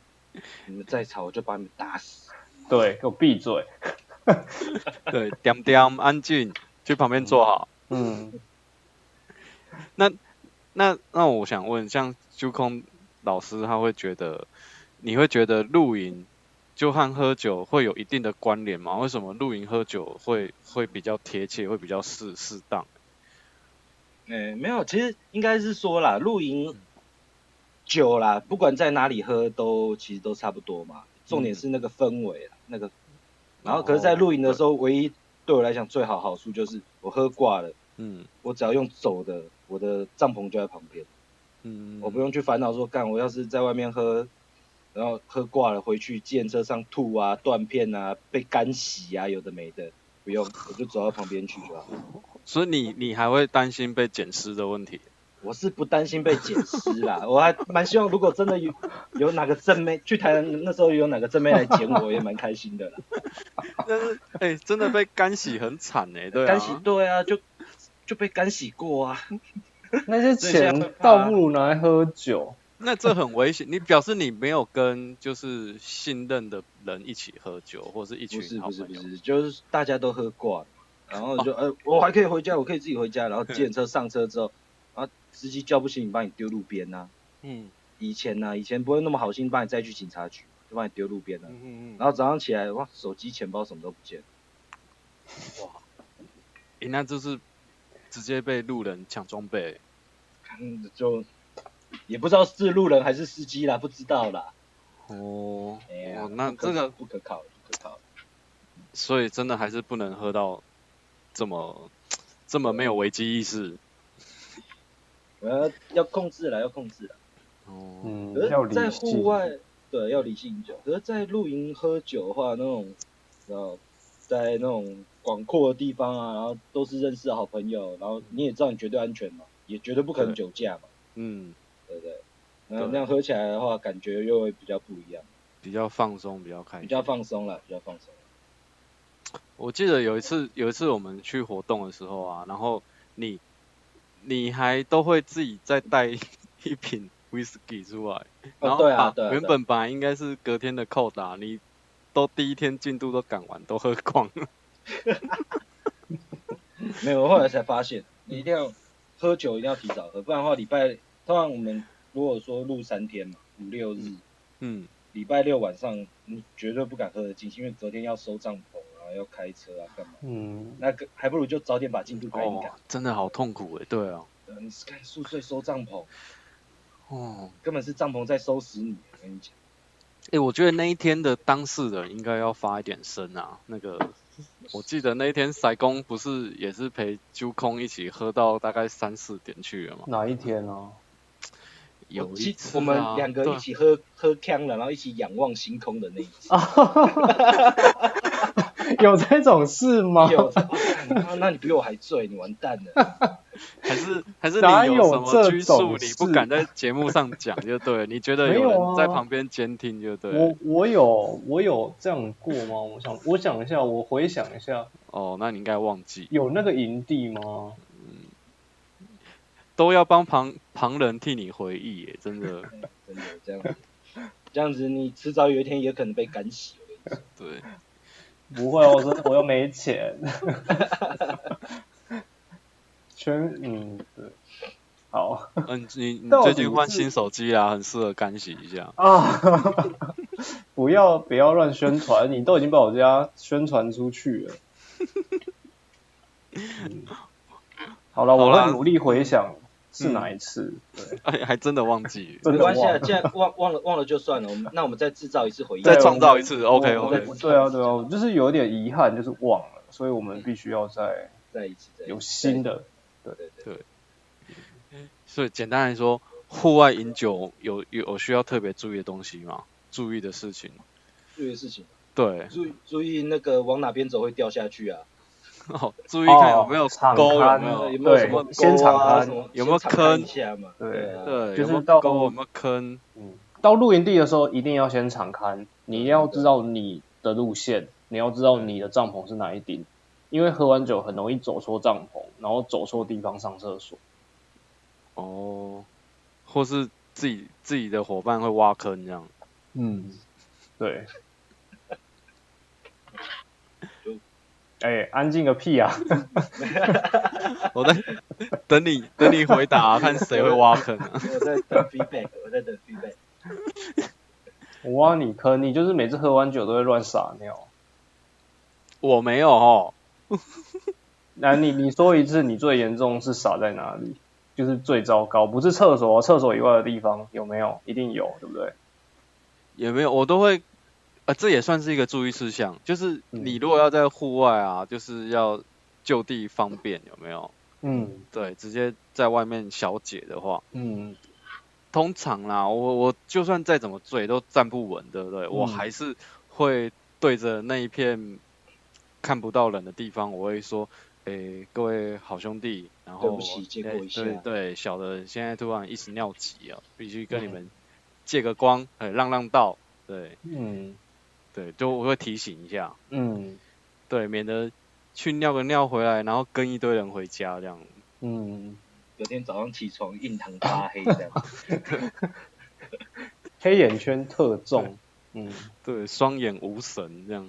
Speaker 3: 你们再吵，我就把你们打死。
Speaker 2: 对，给我闭嘴。
Speaker 1: 对，点点安静，去旁边坐好。
Speaker 2: 嗯，
Speaker 1: 那那我想问，像朱空老师，他会觉得，你会觉得露营就和喝酒会有一定的关联吗？为什么露营喝酒会会比较贴切，会比较适适当？
Speaker 3: 哎、没有，其实应该是说啦，露营酒啦，不管在哪里喝都其实都差不多嘛。重点是那个氛围
Speaker 2: 嗯
Speaker 3: 啦，那个。然后，可是，在露营的时候，唯一对我来讲最好好处就是，我喝挂了，
Speaker 1: 嗯
Speaker 3: 我只要用走的，我的帐篷就在旁边。
Speaker 1: 嗯，
Speaker 3: 我不用去烦恼说，干我要是在外面喝，然后喝挂了回去，电车上吐啊、断片啊、被干洗啊，有的没的，不用，我就走到旁边去就好。
Speaker 1: 所以你你还会担心被捡尸的问题？
Speaker 3: 我是不担心被捡尸啦，我还蛮希望，如果真的有有哪个正妹去台南，那时候有哪个正妹来捡我，我也蛮开心的啦。
Speaker 1: 但是 哎、真的被干洗很惨哎、对啊，
Speaker 3: 干洗对啊，就就被干洗过啊。
Speaker 2: 那些
Speaker 3: 所以现在
Speaker 2: 钱
Speaker 3: 会怕
Speaker 2: 倒不如拿来喝酒。
Speaker 1: 那这很危险。你 表示你没有跟就是信任的人一起喝酒，或是一
Speaker 3: 不是
Speaker 1: 群好
Speaker 3: 不是
Speaker 1: 朋
Speaker 3: 不
Speaker 1: 友。
Speaker 3: 是，就是大家都喝挂了，然后就、呃，我还可以回家，我可以自己回家， 然后计程车上车之后，然后司机叫不醒你，把你丢路边啊呐、
Speaker 1: 嗯
Speaker 3: 以前呐、以前不会那么好心把你载去警察局，就把你丢路边了、
Speaker 1: 嗯嗯嗯。
Speaker 3: 然后早上起来，哇，手机、钱包什么都不见 了。
Speaker 1: 欸那就是直接被路人抢装备。
Speaker 3: 嗯，就也不知道是路人还是司机啦，不知道啦。
Speaker 1: 哦，
Speaker 3: 哎呀
Speaker 1: 哦，那
Speaker 3: 不可
Speaker 1: 这个，
Speaker 3: 不可靠，不可靠。
Speaker 1: 所以真的还是不能喝到这么这么没有危机意识。嗯
Speaker 3: 我要呃要控制啦，要控制啦。
Speaker 1: 哦，
Speaker 2: 嗯
Speaker 3: 可，
Speaker 2: 要
Speaker 3: 是，
Speaker 2: 理
Speaker 3: 在户
Speaker 2: 性。
Speaker 3: 外，对，要理性饮酒。可是，在露营喝酒的话，那种，呃，在那种广阔的地方啊，然后都是认识的好朋友，然后你也知道你绝对安全嘛，也绝对不可能酒驾嘛，
Speaker 1: 嗯，
Speaker 3: 对不对？那
Speaker 1: 对
Speaker 3: 那样喝起来的话，感觉又会比较不一样，
Speaker 1: 比较放松，比较开心。
Speaker 3: 比较放松了，比较放松。
Speaker 1: 我记得有一次，有一次我们去活动的时候啊，然后你你还都会自己再带一瓶 whisky 出来，然
Speaker 3: 哦，
Speaker 1: 后
Speaker 3: 对
Speaker 1: 把
Speaker 3: 啊，对啊，
Speaker 1: 原
Speaker 3: 对啊
Speaker 1: 本本来应该是隔天的扣打，你都第一天进度都赶完，都喝光了。
Speaker 3: 没有，我后来才发现，你一定要喝酒，一定要提早喝，不然的话，礼拜通常我们如果说录三天嘛，五六日，
Speaker 1: 嗯，
Speaker 3: 礼拜六晚上你绝对不敢喝得进去，因为隔天要收帐篷啊，要开车啊，干嘛？
Speaker 2: 嗯，
Speaker 3: 那个还不如就早点把进度赶一赶
Speaker 1: 哦。，真的好痛苦哎、对啊，
Speaker 3: 对你是看宿醉收帐篷，
Speaker 1: 哦，
Speaker 3: 根本是帐篷在收拾你。我跟你讲，
Speaker 1: 哎、我觉得那一天的当事人应该要发一点声啊。那个，我记得那一天塞工不是也是陪揪空一起喝到大概三四点去了嘛？
Speaker 2: 哪一天啊呢、
Speaker 1: 有
Speaker 3: 我
Speaker 1: 一
Speaker 3: 记
Speaker 1: 次、啊、
Speaker 3: 我们两个
Speaker 1: 对
Speaker 3: 一起喝喝呛了，然后一起仰望星空的那一次，
Speaker 2: 有这种事吗？
Speaker 3: 有、哦干那你比我还醉，你完蛋了。
Speaker 1: 还是还是
Speaker 2: 哪
Speaker 1: 你
Speaker 2: 有
Speaker 1: 什么
Speaker 2: 这
Speaker 1: 拘束，
Speaker 2: 种
Speaker 1: 你不
Speaker 2: 事
Speaker 1: 敢在节目上讲就对了， 你觉得
Speaker 2: 没有
Speaker 1: 人
Speaker 2: 啊
Speaker 1: 在旁边监听就对了
Speaker 2: 我我有我有这样过吗？我想我想一下，我回想一下，
Speaker 1: 哦，那你应该忘记，
Speaker 2: 有那个营地吗？
Speaker 1: 都要帮旁旁人替你回忆耶，真的，
Speaker 3: 真的这样子，这样子你迟早有一天也可能被赶洗。我跟你说
Speaker 1: 对，
Speaker 2: 不会，哦我真的我又没钱。 全嗯对，好
Speaker 1: 嗯，你你
Speaker 2: 到
Speaker 1: 最
Speaker 2: 底
Speaker 1: 近换
Speaker 2: 是
Speaker 1: 新手机啦，很适合干洗一下，
Speaker 2: 啊， 不要不要乱宣传，你都已经把我家宣传出去了。嗯、好了，我
Speaker 1: 好啦
Speaker 2: 会努力回想是哪一次。对，
Speaker 1: 哎，还真的忘记 了，
Speaker 2: 真
Speaker 3: 没
Speaker 2: 的忘
Speaker 3: 关系啊，
Speaker 2: 了。
Speaker 3: 既然忘忘了忘了就算了，我们那我们再制造一次回忆，
Speaker 1: 再
Speaker 2: 对
Speaker 1: 创
Speaker 2: 我
Speaker 1: 造
Speaker 2: 们
Speaker 1: 一次，OK
Speaker 3: 我们
Speaker 1: OK，
Speaker 3: 再
Speaker 2: 对啊对啊，就是有点遗憾，就是忘了，所以我们必须要再
Speaker 3: 再一次，再一次
Speaker 2: 有新，的。
Speaker 3: 对对对，
Speaker 1: 所以简单来说，户外饮酒有有有需要特别注意的东西吗？注意的事情，
Speaker 3: 注意的事情，
Speaker 1: 对，
Speaker 3: 注意注意那个往哪边走会掉下去啊，
Speaker 1: 哦，注意看有没有
Speaker 2: 哦敞
Speaker 1: 沟，有
Speaker 2: 开
Speaker 1: 没
Speaker 3: 呃
Speaker 1: 有
Speaker 3: 有没有
Speaker 2: 对
Speaker 3: 什么
Speaker 2: 先
Speaker 3: 沟
Speaker 2: 敞
Speaker 3: 啊
Speaker 2: 开
Speaker 3: 什么
Speaker 1: 有没有
Speaker 3: 先敞开
Speaker 1: 坑
Speaker 3: 一下嘛，
Speaker 2: 对
Speaker 3: 啊
Speaker 1: 对，
Speaker 2: 就
Speaker 1: 有
Speaker 2: 是
Speaker 1: 没有
Speaker 2: 到
Speaker 1: 沟，有没有坑，
Speaker 2: 嗯，到露营地的时候一定要先敞开，你要知道你的路线，你要知道你的帐篷是哪一顶，因为喝完酒很容易走错帐篷，然后走错地方上厕所。
Speaker 1: 哦，或是自己自己的伙伴会挖坑这样。
Speaker 2: 嗯，对。
Speaker 3: 就
Speaker 2: 哎、安静个屁啊！
Speaker 1: 我在等你等你回答、啊看谁会挖坑啊。
Speaker 3: 我在等 feedback，我在等 feedback，
Speaker 2: 我挖你坑，你就是每次喝完酒都会乱撒尿。
Speaker 1: 我没有哦，
Speaker 2: 那、你你说一次，你最严重是撒在哪里？就是最糟糕，不是厕所，哦厕所以外的地方有没有？一定有，对不对？
Speaker 1: 也没有，我都会。呃，这也算是一个注意事项，就是你如果要在户外啊，就是要就地方便，有没有？
Speaker 2: 嗯
Speaker 1: 对，直接在外面小解的话，
Speaker 2: 嗯，
Speaker 1: 通常啦，我我就算再怎么醉都站不稳，对不对？我
Speaker 2: 嗯
Speaker 1: 还是会对着那一片看不到人的地方，我会说：“诶，各位好兄弟，然后
Speaker 3: 对不起借
Speaker 1: 诶
Speaker 3: 过一下
Speaker 1: 对对，小的现在突然一时尿急啊，必须跟你们借个光，诶，让让道，对
Speaker 2: 嗯
Speaker 1: 对，就我会提醒一下，
Speaker 2: 嗯
Speaker 1: 对，免得去尿个尿回来，然后跟一堆人回家这样。
Speaker 2: 嗯，
Speaker 3: 隔天早上起床印堂发黑这样，
Speaker 2: 黑眼圈特重，嗯
Speaker 1: 对，双眼无神这样，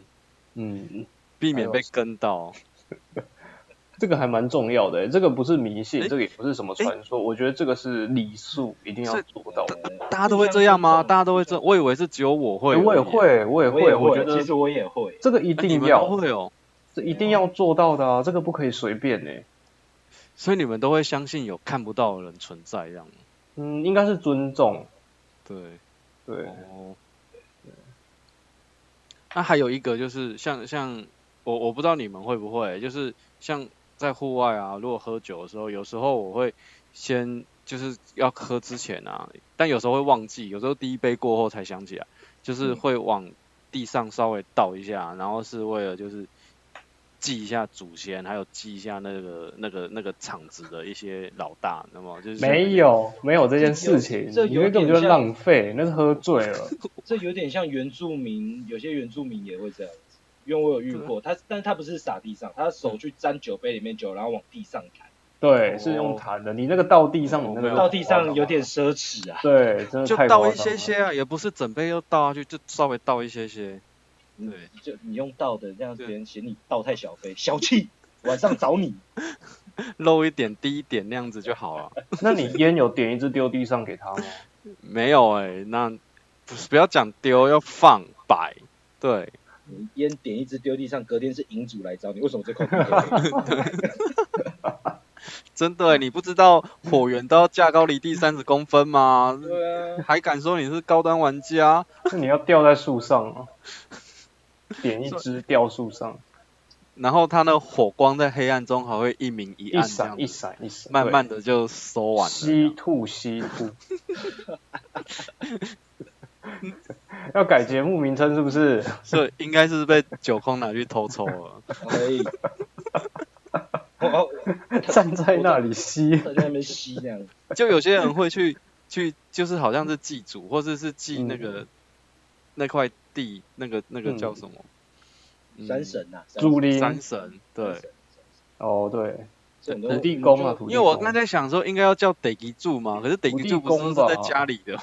Speaker 2: 嗯，
Speaker 1: 避免
Speaker 2: 哎呦
Speaker 1: 被跟到。
Speaker 2: 这个还蛮重要的欸，这个不是迷信，
Speaker 1: 诶
Speaker 2: 这个也不是什么传说，我觉得这个是礼数，一定要
Speaker 1: 是
Speaker 2: 做到的。
Speaker 3: 呃
Speaker 1: 大家都会这样吗？大家都会这，我以为是只有我会而已，
Speaker 2: 诶哎我也会，我也
Speaker 3: 我
Speaker 2: 会，
Speaker 3: 也
Speaker 2: 我觉
Speaker 3: 会，其
Speaker 2: 得
Speaker 3: 实我也会，
Speaker 2: 这个一
Speaker 1: 啊，你
Speaker 2: 定
Speaker 1: 们都
Speaker 2: 要，
Speaker 1: 会哦，
Speaker 2: 这一定要做到的啊，这个不可以随便哎。
Speaker 1: 所以你们都会相信有看不到的人存在这样。
Speaker 2: 嗯，应该是尊重，
Speaker 1: 对，
Speaker 2: 对，
Speaker 1: 哦，那还有一个就是像像我我不知道你们会不会，就是像在户外啊，如果喝酒的时候，有时候我会先就是要喝之前啊，但有时候会忘记，有时候第一杯过后才想起来，就是
Speaker 3: 嗯
Speaker 1: 会往地上稍微倒一下，然后是为了就是记一下祖先，还有记一下那个那个那个厂子的一些老大，那么就是
Speaker 2: 没有没有这件事情，
Speaker 3: 这有
Speaker 2: 你那根本就是浪费，那是喝 醉了。
Speaker 3: 这有点像原住民，有些原住民也会这样子，因为我有遇过，他但是他不是撒地上，他手去沾酒杯里面酒，然后往地上弹，
Speaker 2: 对，
Speaker 1: 哦
Speaker 2: 是用弹的，你那个到地上，
Speaker 1: 哦
Speaker 2: 你那
Speaker 1: 没
Speaker 2: 个
Speaker 1: 有
Speaker 3: 到地上有点奢侈啊，
Speaker 2: 对，真的
Speaker 1: 就
Speaker 2: 太夸
Speaker 1: 倒
Speaker 2: 张
Speaker 1: 一些
Speaker 2: 了
Speaker 1: 些啊，也不是整杯又倒下去，就稍微倒一些些。对，
Speaker 3: 就你用倒的，这样别人嫌你倒太小杯，小气， 晚上找你，
Speaker 1: 漏一点、低一点那样子就好了。
Speaker 2: 那你烟有点一支丢地上给他吗？
Speaker 1: 没有哎、那不是不要讲丢，要放摆。对，
Speaker 3: 你烟点一支丢地上，隔天是银主来找你，为什么这块不给你
Speaker 1: 真的、欸，你不知道火源都要架高离地三十公分吗？
Speaker 3: 对啊，
Speaker 1: 还敢说你是高端玩家？
Speaker 2: 那你要吊在树上啊，点一支吊树上，
Speaker 1: 然后它那火光在黑暗中还会一明一
Speaker 2: 一
Speaker 1: 暗这样
Speaker 2: 闪一
Speaker 1: 子，
Speaker 2: 闪一闪，
Speaker 1: 慢慢
Speaker 2: 对
Speaker 1: 的就收完了这
Speaker 2: 吸
Speaker 1: 样。
Speaker 2: 吐吸吐。 要改节目名称是不是？
Speaker 1: 所以应该是被九空拿去偷抽了。
Speaker 3: 可以。我我
Speaker 2: 站在那里吸，
Speaker 3: 我在那边吸这样，
Speaker 1: 就有些人会去去，就是好像是祭祖，或者是祭那个、那块地，那个那个叫什么？嗯
Speaker 3: 山神呐、啊，山
Speaker 2: 竹林
Speaker 1: 山神，对
Speaker 3: 山。神
Speaker 2: 哦，对，
Speaker 3: 这种都
Speaker 2: 土地公啊，
Speaker 3: 我们就
Speaker 2: 土地公。
Speaker 1: 因为我刚才想说应该要叫得吉柱嘛，可是得吉柱不是
Speaker 2: 土地公
Speaker 1: 都
Speaker 2: 吧
Speaker 1: 是在家里的。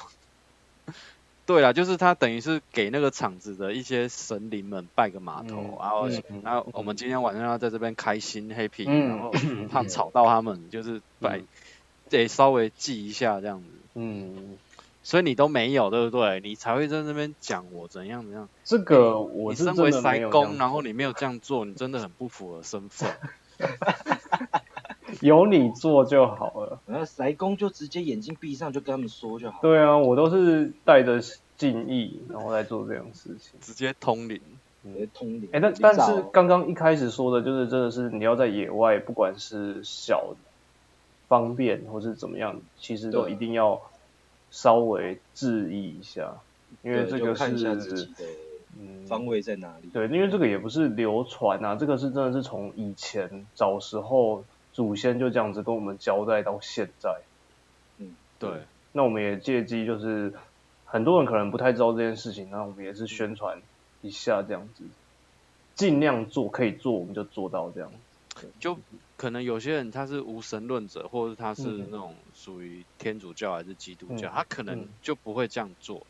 Speaker 1: 对啦，就是他等于是给那个场子的一些神灵们拜个码头，
Speaker 2: 嗯
Speaker 1: 然后、
Speaker 2: 嗯
Speaker 1: 然后我们今天晚上要在这边开心 happy，、
Speaker 2: 嗯
Speaker 1: 然后怕吵到他们，就是拜、得稍微记一下这样子。
Speaker 2: 嗯，
Speaker 1: 所以你都没有，对不对？你才会在那边讲我怎样怎样。
Speaker 2: 这个我
Speaker 1: 你
Speaker 2: 是
Speaker 1: 身
Speaker 2: 真
Speaker 1: 为
Speaker 2: 的没
Speaker 1: 塞啊
Speaker 2: 有
Speaker 1: 工，
Speaker 2: 讲。
Speaker 1: 然后你没有这样做，你真的很不符合身份。
Speaker 2: 有你做就好了。
Speaker 3: 然后塞工就直接眼睛闭上，就跟他们说就好。
Speaker 2: 对啊，我都是带着敬意，然后来做这种事情。
Speaker 1: 直接通灵，
Speaker 3: 直接通灵。
Speaker 2: 哎、但但是刚刚一开始说的，就是真的是你要在野外，不管是小方便或是怎么样，其实都
Speaker 3: 对
Speaker 2: 一定要稍微注意一下，因为
Speaker 3: 对
Speaker 2: 这
Speaker 3: 就
Speaker 2: 个
Speaker 3: 看一下自
Speaker 2: 是
Speaker 3: 己的
Speaker 2: 嗯
Speaker 3: 方位在哪里。
Speaker 2: 对，因为这个也不是流传啊，这个是真的是从以前早时候祖先就这样子跟我们交代到现在。
Speaker 1: 对，
Speaker 2: 那我们也借机就是很多人可能不太知道这件事情，那我们也是宣传一下这样子，尽量做可以做我们就做到这样。嗯
Speaker 1: 就可能有些人他是无神论者，或者他是
Speaker 2: 嗯
Speaker 1: 那种属于天主教还是基督教，
Speaker 2: 嗯
Speaker 1: 他可能
Speaker 2: 嗯
Speaker 1: 就不会这样做。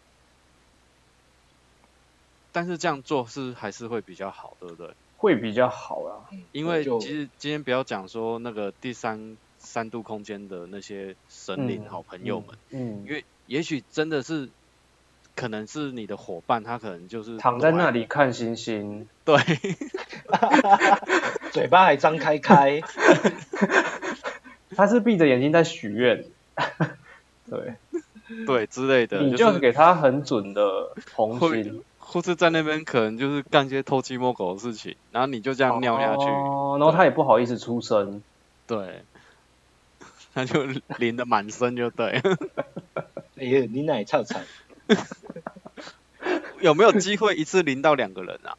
Speaker 1: 但是这样做是还是会比较好，对不对？
Speaker 2: 会比较好啦。
Speaker 3: 嗯
Speaker 1: 因为
Speaker 3: 就
Speaker 1: 其实今天不要讲说那个第三三度空间的那些神灵
Speaker 2: 嗯
Speaker 1: 好朋友们，
Speaker 2: 嗯，
Speaker 1: 因为也许真的是，可能是你的伙伴，他可能就是
Speaker 2: 躺在那里看星星，
Speaker 1: 对，
Speaker 3: 嘴巴还张开开，
Speaker 2: 啊他是闭着眼睛在许愿。对，
Speaker 1: 对对之类的，
Speaker 2: 你
Speaker 1: 就
Speaker 2: 就是给他很准的红
Speaker 1: 会
Speaker 2: 心，
Speaker 1: 或是在那边可能就是干一些偷鸡摸狗的事情，然后你就这样尿下去，
Speaker 2: 哦，然后他也不好意思出 声。
Speaker 1: 对， 他就淋得满身就对。
Speaker 3: 哎呀，你奶臭惨，
Speaker 1: 有没有机会一次淋到两个人啊？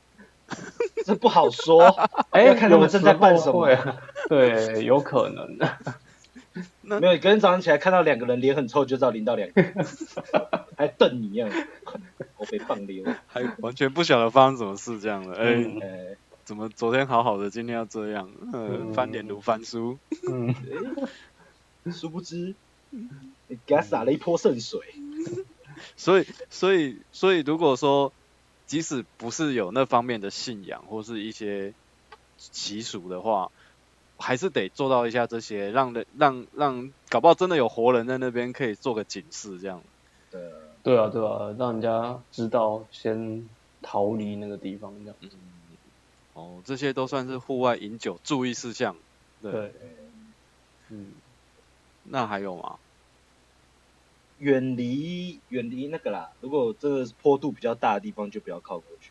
Speaker 3: 这不好说。
Speaker 2: 哎，
Speaker 3: 要看他们正在办什么
Speaker 2: 有时候会。 对，有可能。
Speaker 3: 没有，隔天早上起来看到两个人脸很臭，就知道淋到两个人， 还瞪你一样，我被放溜。
Speaker 1: 还完全不晓得发生什么事这样的，哎、
Speaker 2: 嗯
Speaker 3: 呃，
Speaker 1: 怎么昨天好好的，今天要这样？嗯，
Speaker 2: 嗯
Speaker 1: 翻脸如翻书。
Speaker 2: 嗯，
Speaker 3: 殊不知你给他洒了一泼圣水。
Speaker 1: 所以，所以，所以，如果说即使不是有那方面的信仰或是一些习俗的话，还是得做到一下这些，让人让让，搞不好真的有活人在那边可以做个警示，这样。
Speaker 3: 对啊，
Speaker 2: 对啊，对啊，让人家知道先逃离那个地方，这样。
Speaker 1: 哦，这些都算是户外饮酒注意事项。对，
Speaker 2: 对，嗯，
Speaker 1: 那还有吗？
Speaker 3: 远离远离那个啦。如果这个坡度比较大的地方，就不要靠过去。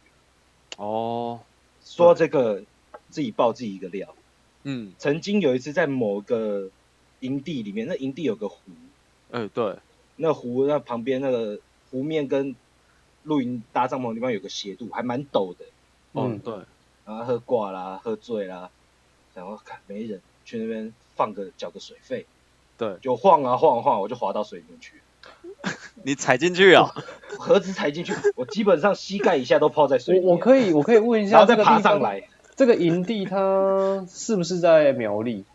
Speaker 1: 哦，
Speaker 3: 说这个，自己爆自己一个料。
Speaker 1: 嗯，
Speaker 3: 曾经有一次在某个营地里面，那营地有个湖，
Speaker 1: 哎、对，
Speaker 3: 那湖那旁边那个湖面跟露营搭帐篷的地方有个斜度，还蛮陡的。
Speaker 1: 哦、
Speaker 2: 嗯
Speaker 1: 对，
Speaker 3: 然后喝挂啦，喝醉啦，然后看没人，去那边放个缴个水费，
Speaker 1: 对，
Speaker 3: 就晃啊晃啊晃啊，我就滑到水里面去，
Speaker 1: 你踩进去 啊、
Speaker 3: 盒子踩进去，我基本上膝盖以下都泡在水里
Speaker 2: 我我
Speaker 3: 以，
Speaker 2: 可以我可以问一
Speaker 3: 然
Speaker 2: 下，
Speaker 3: 后再爬上。来。
Speaker 2: 这个营地它是不是在苗栗？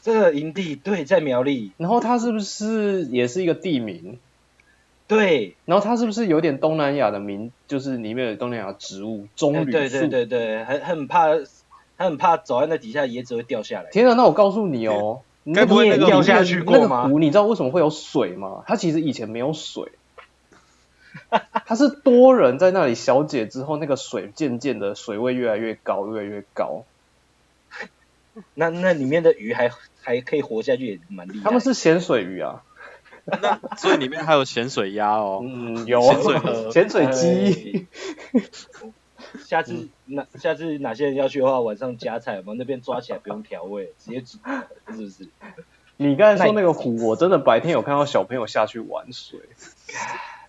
Speaker 3: 这个营地对，在苗栗，
Speaker 2: 然后它是不是也是一个地名？
Speaker 3: 对，
Speaker 2: 然后它是不是有点东南亚的名？就是里面有东南亚植物棕
Speaker 3: 哎
Speaker 2: 榈树。
Speaker 3: 对对对对，很很怕，他很怕走在那底下椰子会掉下来。
Speaker 2: 天啊，那我告诉你哦，
Speaker 1: 该不会
Speaker 2: 你也
Speaker 1: 那个
Speaker 2: 掉
Speaker 1: 湖
Speaker 2: 下
Speaker 1: 去
Speaker 2: 那
Speaker 1: 过
Speaker 2: 个
Speaker 1: 吗
Speaker 2: 湖你知道为什么会有水吗？它其实以前没有水，它是多人在那里小解之后，那个水渐渐的水位越来越高，越来越高。
Speaker 3: 那那里面的鱼还 还可以活下去，也蛮厉害。
Speaker 2: 他们是咸水鱼啊，
Speaker 1: 那所以里面还有咸水鸭哦。
Speaker 2: 嗯，有
Speaker 1: 咸水鹅
Speaker 2: 咸水鸡，
Speaker 3: 哎。下次哪下次哪些人要去的话，晚上加菜，我们那边抓起来不用调味，直接煮，是不是？
Speaker 2: 你刚才说那个湖，我真的白天有看到小朋友下去玩水，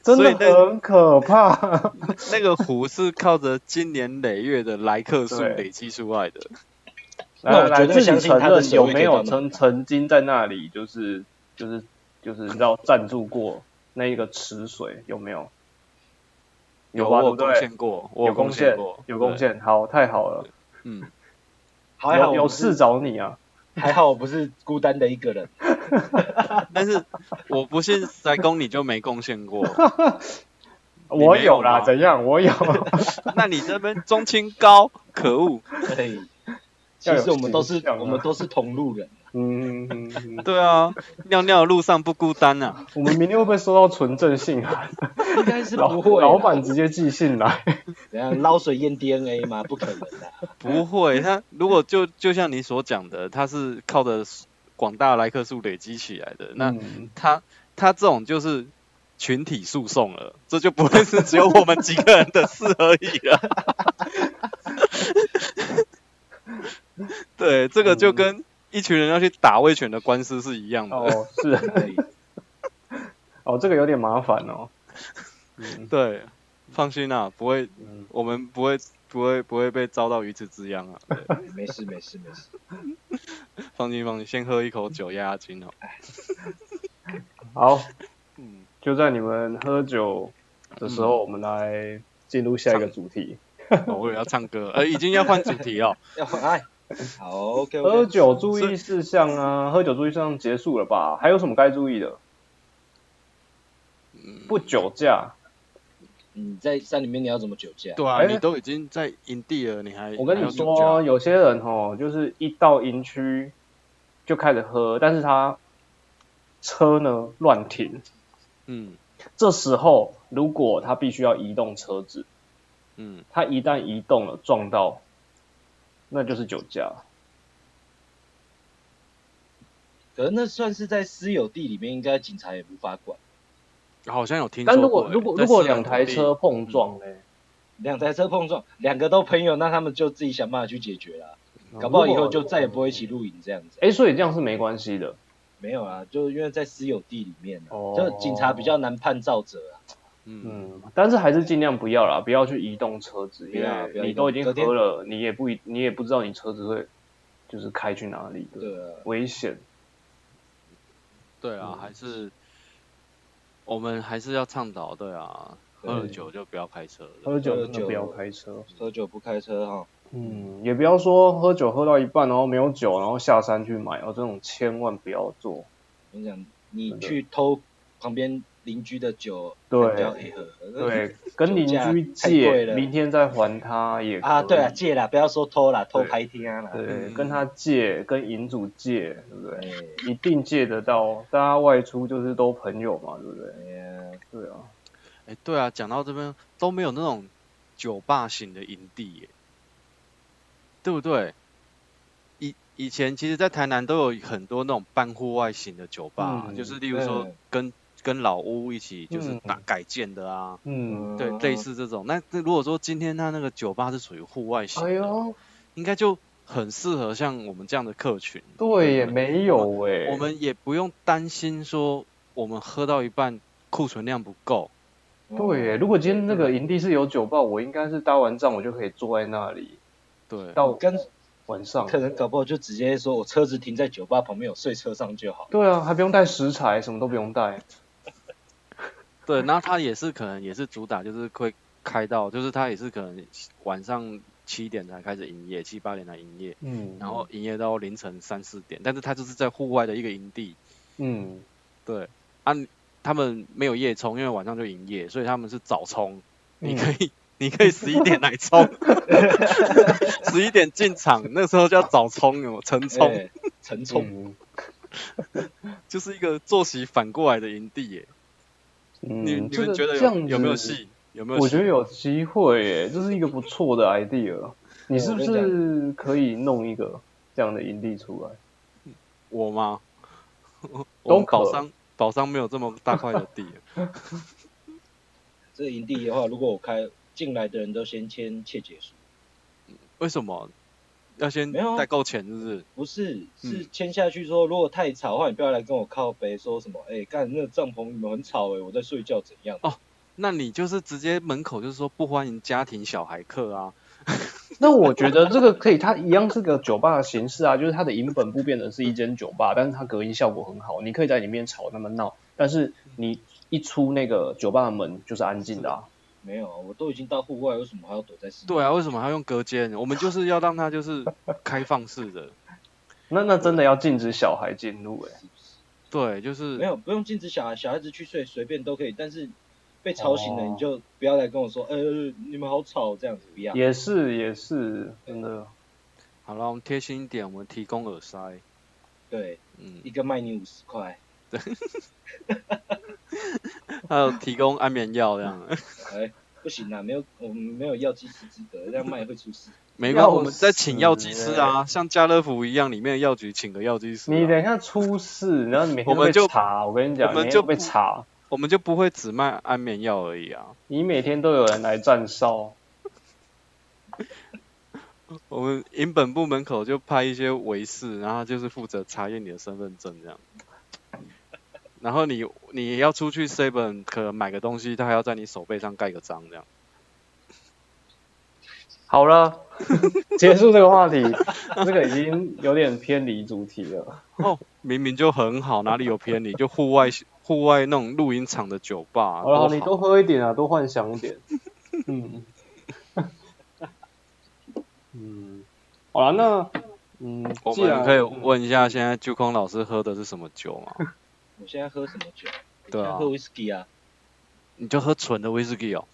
Speaker 2: 真
Speaker 1: 所以
Speaker 2: 的
Speaker 1: 那
Speaker 2: 很可怕。
Speaker 1: 那个湖是靠着经年累月的来客数
Speaker 2: 对
Speaker 1: 累积出来的。
Speaker 3: 那我
Speaker 2: 来来
Speaker 3: 绝对
Speaker 2: 自己
Speaker 3: 相信
Speaker 2: 承
Speaker 3: 他的
Speaker 2: 认
Speaker 3: 手
Speaker 2: 有
Speaker 3: 会
Speaker 2: 没
Speaker 3: 给
Speaker 2: 有
Speaker 3: 到那
Speaker 2: 曾曾经在那里就是就是就是你知道赞助过那一个池水有没有？有吧，
Speaker 1: 哦我有
Speaker 2: 对不
Speaker 1: 贡
Speaker 2: 对？
Speaker 1: 献过，我
Speaker 2: 有
Speaker 1: 贡
Speaker 2: 贡献
Speaker 1: 过，，
Speaker 2: 有贡献，好，太好了，
Speaker 1: 对。嗯，
Speaker 3: 还好
Speaker 2: 有
Speaker 3: 我
Speaker 2: 有
Speaker 3: 不是
Speaker 2: 事，找你啊。
Speaker 3: 还好我不是孤单的一个 人。
Speaker 1: 但是我不信塞工你就没贡献过。你
Speaker 2: 我
Speaker 1: 没有
Speaker 2: 有啦，
Speaker 1: 吗
Speaker 2: 怎样？我有，
Speaker 1: 那你这边中青高，可恶。
Speaker 3: 对，
Speaker 2: 要
Speaker 3: 其
Speaker 2: 哎有
Speaker 3: 实我们都是
Speaker 2: 形象啊
Speaker 3: 我们都是同路人，
Speaker 2: 嗯，嗯嗯
Speaker 1: 对啊，尿尿的路上不孤单啊。
Speaker 2: 我们明天会不会收到纯正信函？
Speaker 3: 应该是
Speaker 2: 老
Speaker 3: 不会啊啦。
Speaker 2: 老板直接寄信来。
Speaker 3: 怎样捞水验 DNA 吗？不可能的。
Speaker 1: 不会，他如果就就像你所讲的，他是靠着广大来客数累积起来的，那
Speaker 2: 嗯
Speaker 1: 他他这种就是群体诉讼了，这就不会是只有我们几个人的事而已了。 对，这个就跟一群人要去打威权的官司是一样的。
Speaker 2: 哦，是
Speaker 3: 对，
Speaker 2: 哦，这个有点麻烦哦。嗯
Speaker 1: 对，放心啦、不会，
Speaker 2: 嗯，
Speaker 1: 我们不会不会不会被遭到鱼子之殃啊。对
Speaker 3: 没事没事没事。
Speaker 1: 放心放心，先喝一口酒压压惊哦。
Speaker 2: 好，
Speaker 1: 嗯，
Speaker 2: 就在你们喝酒的时候，我们来进入下一个主题。
Speaker 1: 哦我也要唱歌，呃，已经要换主题了。
Speaker 3: 要换哎，好
Speaker 1: 嗯
Speaker 3: OK
Speaker 2: 喝
Speaker 3: OK。
Speaker 2: 酒注意事项啊，喝酒注意事项结束了吧？还有什么该注意的？
Speaker 1: 嗯
Speaker 2: 不酒驾。
Speaker 3: 你在山里面你要怎么酒驾？
Speaker 1: 对啊，
Speaker 2: 哎
Speaker 1: 你都已经在营地了，你还
Speaker 2: 我跟你，
Speaker 1: 还要啊
Speaker 2: 说，
Speaker 1: 酒驾
Speaker 2: 有些人哦，就是一到营区就开始喝，但是他车呢乱停。
Speaker 1: 嗯
Speaker 2: 这时候如果他必须要移动车子，
Speaker 1: 嗯，
Speaker 2: 他一旦移动了撞到，那就是酒驾。
Speaker 3: 可是那算是在私有地里面，应该警察也无法管。
Speaker 1: 好像有听说
Speaker 2: 但
Speaker 1: 过。
Speaker 2: 如果
Speaker 1: 哎
Speaker 2: 如果
Speaker 3: 欸
Speaker 2: 如果两台车，碰撞呢？欸
Speaker 3: 两台车碰撞，两个都朋友，那他们就自己想办法去解决啦。
Speaker 2: 哦
Speaker 1: 嗯
Speaker 3: 搞不好以后就再也不会一起露营这样子。
Speaker 2: 哎、所以这样是没关系的。
Speaker 3: 没有啊，就是因为在私有地里面、啊，
Speaker 2: 哦
Speaker 3: 就警察比较难判造者啊。
Speaker 1: 在私人土地嗯，
Speaker 2: 嗯，但是还是尽量不要啦，不要去移动车子，
Speaker 3: 不
Speaker 2: 因
Speaker 3: 要啊
Speaker 2: 为
Speaker 3: 不要移
Speaker 2: 你
Speaker 3: 动
Speaker 2: 都已经
Speaker 3: 隔天
Speaker 2: 喝了，你也不一你也不知道你车子会就是开去哪里的，
Speaker 3: 对啊，
Speaker 2: 危险。
Speaker 1: 对啊，还是我们还是要倡导，对啊，
Speaker 3: 对
Speaker 1: 喝了酒就不要开车。对
Speaker 2: 喝酒
Speaker 3: 喝
Speaker 2: 真的
Speaker 3: 酒嗯
Speaker 2: 不要开车，
Speaker 3: 喝酒不开车哈。
Speaker 2: 嗯，也不要说喝酒喝到一半，然后没有酒，然后下山去买，哦，这种千万不要 做。
Speaker 3: 我跟你讲，你去偷旁边邻居的酒，
Speaker 2: 对
Speaker 3: 不要黑喝。
Speaker 2: 对，跟邻居
Speaker 3: 太贵
Speaker 2: 借，
Speaker 3: 了
Speaker 2: 明天再还他也
Speaker 3: 啊，
Speaker 2: 可
Speaker 3: 对啊，
Speaker 2: 以
Speaker 3: 借啦，不要说偷啦，偷
Speaker 2: 对
Speaker 3: 拍天啊啦。
Speaker 2: 对，
Speaker 1: 嗯
Speaker 2: 跟他借，跟银主借，对不对？
Speaker 3: 哎
Speaker 2: 一定借得到，哦大家外出就是都朋友嘛，对不对？
Speaker 3: 哎呀，
Speaker 2: 对啊，
Speaker 1: 哎，对啊，讲到这边都没有那种酒吧型的营地耶，对不对？以以前其实，在台南都有很多那种半户外型的酒吧，
Speaker 2: 嗯
Speaker 1: 就是例如说
Speaker 3: 嗯
Speaker 1: 跟、跟老屋一起就是
Speaker 2: 嗯
Speaker 1: 打、改建的啊，
Speaker 2: 嗯，
Speaker 1: 对，类似这种。那那如果说今天他那个酒吧是属于户外型
Speaker 2: 哎
Speaker 1: 的，
Speaker 2: 呦，
Speaker 1: 应该就很适合像我们这样的客群。
Speaker 2: 对也
Speaker 1: 不
Speaker 2: 没有哎、
Speaker 1: 我们也不用担心说我们喝到一半库存量不够。
Speaker 3: 嗯。
Speaker 2: 对耶，如果今天那个营地是有酒吧，我应该是搭完帐我就可以坐在那里
Speaker 1: 对，
Speaker 2: 到
Speaker 3: 跟
Speaker 2: 晚上。
Speaker 3: 可能搞不好就直接说我车子停在酒吧旁边，我睡车上就好。
Speaker 2: 对啊，还不用带食材，什么都不用带。
Speaker 1: 对，然后它也是可能也是主打，就是会开到，就是它也是可能晚上七点才开始营业，七八点才营业，
Speaker 2: 嗯，
Speaker 1: 然后营业到凌晨三四点，但是它就是在户外的一个营地，
Speaker 2: 嗯，
Speaker 1: 对，啊，他们没有夜冲，因为晚上就营业，所以他们是早冲，
Speaker 2: 嗯
Speaker 1: 你可以。你可以十一点来 冲，
Speaker 2: 哎
Speaker 1: 十一点进场，那时候叫早冲，有没有晨冲，
Speaker 3: 哎，陈冲，
Speaker 2: 嗯
Speaker 1: 就是一个坐席反过来的营地耶。你
Speaker 2: 嗯，
Speaker 1: 你
Speaker 2: 这
Speaker 1: 们
Speaker 2: 个
Speaker 1: 觉得
Speaker 2: 这样
Speaker 1: 有有没有
Speaker 2: 子
Speaker 1: 戏？有没有戏？
Speaker 2: 我觉得有机会耶，这是一个不错的 idea。你
Speaker 1: 哦
Speaker 2: 是不
Speaker 3: 对我
Speaker 2: 是可以弄一个这样的营地出来？
Speaker 1: 我吗？我们
Speaker 2: 可
Speaker 1: 宝山宝山没有这么大块的地，
Speaker 3: 这个营地的话，如果我开进来的人都先签切结书，
Speaker 1: 为什么要先
Speaker 3: 没有啊
Speaker 1: 代购钱？是不是？
Speaker 3: 不是是
Speaker 1: 嗯
Speaker 3: 签下去说，如果太吵的话，你不要来跟我靠背说什么，哎、干那个帐篷你们很吵哎、我在睡觉怎样？
Speaker 1: 那你就是直接门口就是说不欢迎家庭小孩客啊，
Speaker 2: 那我觉得这个可以，它一样是个酒吧的形式啊，就是它的营本部变成是一间酒吧，但是它隔音效果很好，你可以在里面吵那么闹，但是你一出那个酒吧的门就是安静的啊。
Speaker 3: 没有啊，我都已经到户外，为什么还要躲在室内？
Speaker 1: 对啊，为什么还要用隔间？我们就是要让它就是开放式的，
Speaker 2: 那那真的要禁止小孩进入哎、
Speaker 1: 对，就是
Speaker 3: 没有，不用禁止小孩，小孩子去睡随便都可以，但是被吵醒了
Speaker 2: 哦
Speaker 3: 你就不要来跟我说，呃，你们好吵这样子，不要。
Speaker 2: 也是也是，真的
Speaker 1: 好了，我们贴心一点，我们提供耳塞，
Speaker 3: 对，
Speaker 1: 嗯，
Speaker 3: 一个卖你五十块，
Speaker 1: 还有提供安眠药这样，
Speaker 3: 哎，不行啊，没有，我们没有药剂师资格，这样卖会出事。
Speaker 1: 没关系，
Speaker 2: 要
Speaker 1: 我们再请药剂
Speaker 2: 死
Speaker 1: 师啊，像家乐福一样，里面的药局请个药剂师、
Speaker 2: 你
Speaker 1: 啊，
Speaker 2: 等一下出事，然后你每
Speaker 1: 我
Speaker 2: 天都
Speaker 1: 们
Speaker 2: 被
Speaker 1: 就
Speaker 2: 查，我跟你讲，
Speaker 1: 我
Speaker 2: 你
Speaker 1: 们
Speaker 2: 每天
Speaker 1: 就
Speaker 2: 都被
Speaker 1: 不
Speaker 2: 查，
Speaker 1: 我们就不会只卖安眠药而已啊，
Speaker 2: 你每天都有人来站哨。
Speaker 1: 我们营本部门口就派一些维士，然后就是负责查验你的身份证这样。然后你你要出去 seven 可能买个东西，他还要在你手背上盖个章这样。
Speaker 2: 好了， 结束这个话题，这个已经有点偏离主题了。
Speaker 1: 哦，明明就很好，哪里有偏离？就户外户外那种露营场的酒 吧，
Speaker 2: 好了，
Speaker 1: 多
Speaker 2: 哦你啊多喝一点啊，多幻想一 点。嗯， 嗯，好了，那嗯，
Speaker 1: 我
Speaker 2: 既然
Speaker 1: 们可以问一下，现在巨空老师喝的是什么酒吗？
Speaker 3: 我现在喝什么酒？我
Speaker 1: 对啊
Speaker 3: 现在喝 whisky 啊，
Speaker 1: 你就喝纯的威士忌哦。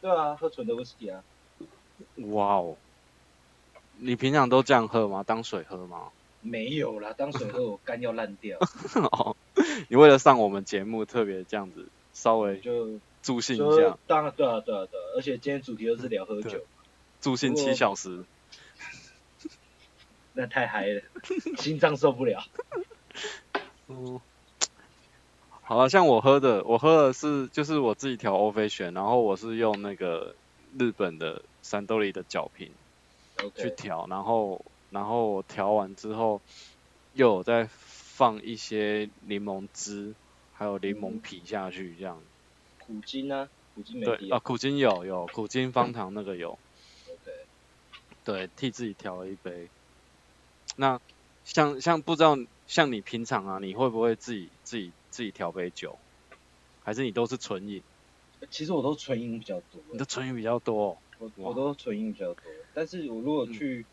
Speaker 3: 对啊，喝纯的 whisky 啊，
Speaker 1: 哇哦，你平常都这样喝吗？当水喝吗？
Speaker 3: 没有啦，当水喝我肝要烂掉，
Speaker 1: 哦，你为了上我们节目特别这样子稍微
Speaker 3: 就
Speaker 1: 助兴一
Speaker 3: 就
Speaker 1: 下，
Speaker 3: 当然对啊对啊对啊，而且今天主题又是聊喝酒
Speaker 1: 对，助兴七小时。
Speaker 3: 那太嗨了，心脏受不了。
Speaker 1: 嗯，好了，像我喝的，我喝的是就是我自己调欧菲选，然后我是用那个日本的三豆里的角瓶 去
Speaker 3: OK，
Speaker 1: 调，然后然后我调完之后，又有再放一些柠檬汁，还有柠檬皮下去这样。
Speaker 3: 苦精啊，苦精没
Speaker 1: 对，
Speaker 3: 跌
Speaker 1: 啊，苦精有有苦精方糖那个有。嗯
Speaker 3: ，OK，
Speaker 1: 对，替自己调了一杯。那像像不知道像你平常啊，你会不会自己自己自己调杯酒？还是你都是纯饮？
Speaker 3: 其实我都纯饮比较多，
Speaker 1: 你的纯饮比较多、哦。
Speaker 3: 我
Speaker 1: 哇嗯
Speaker 3: 我都纯饮比较多，但是我如果去，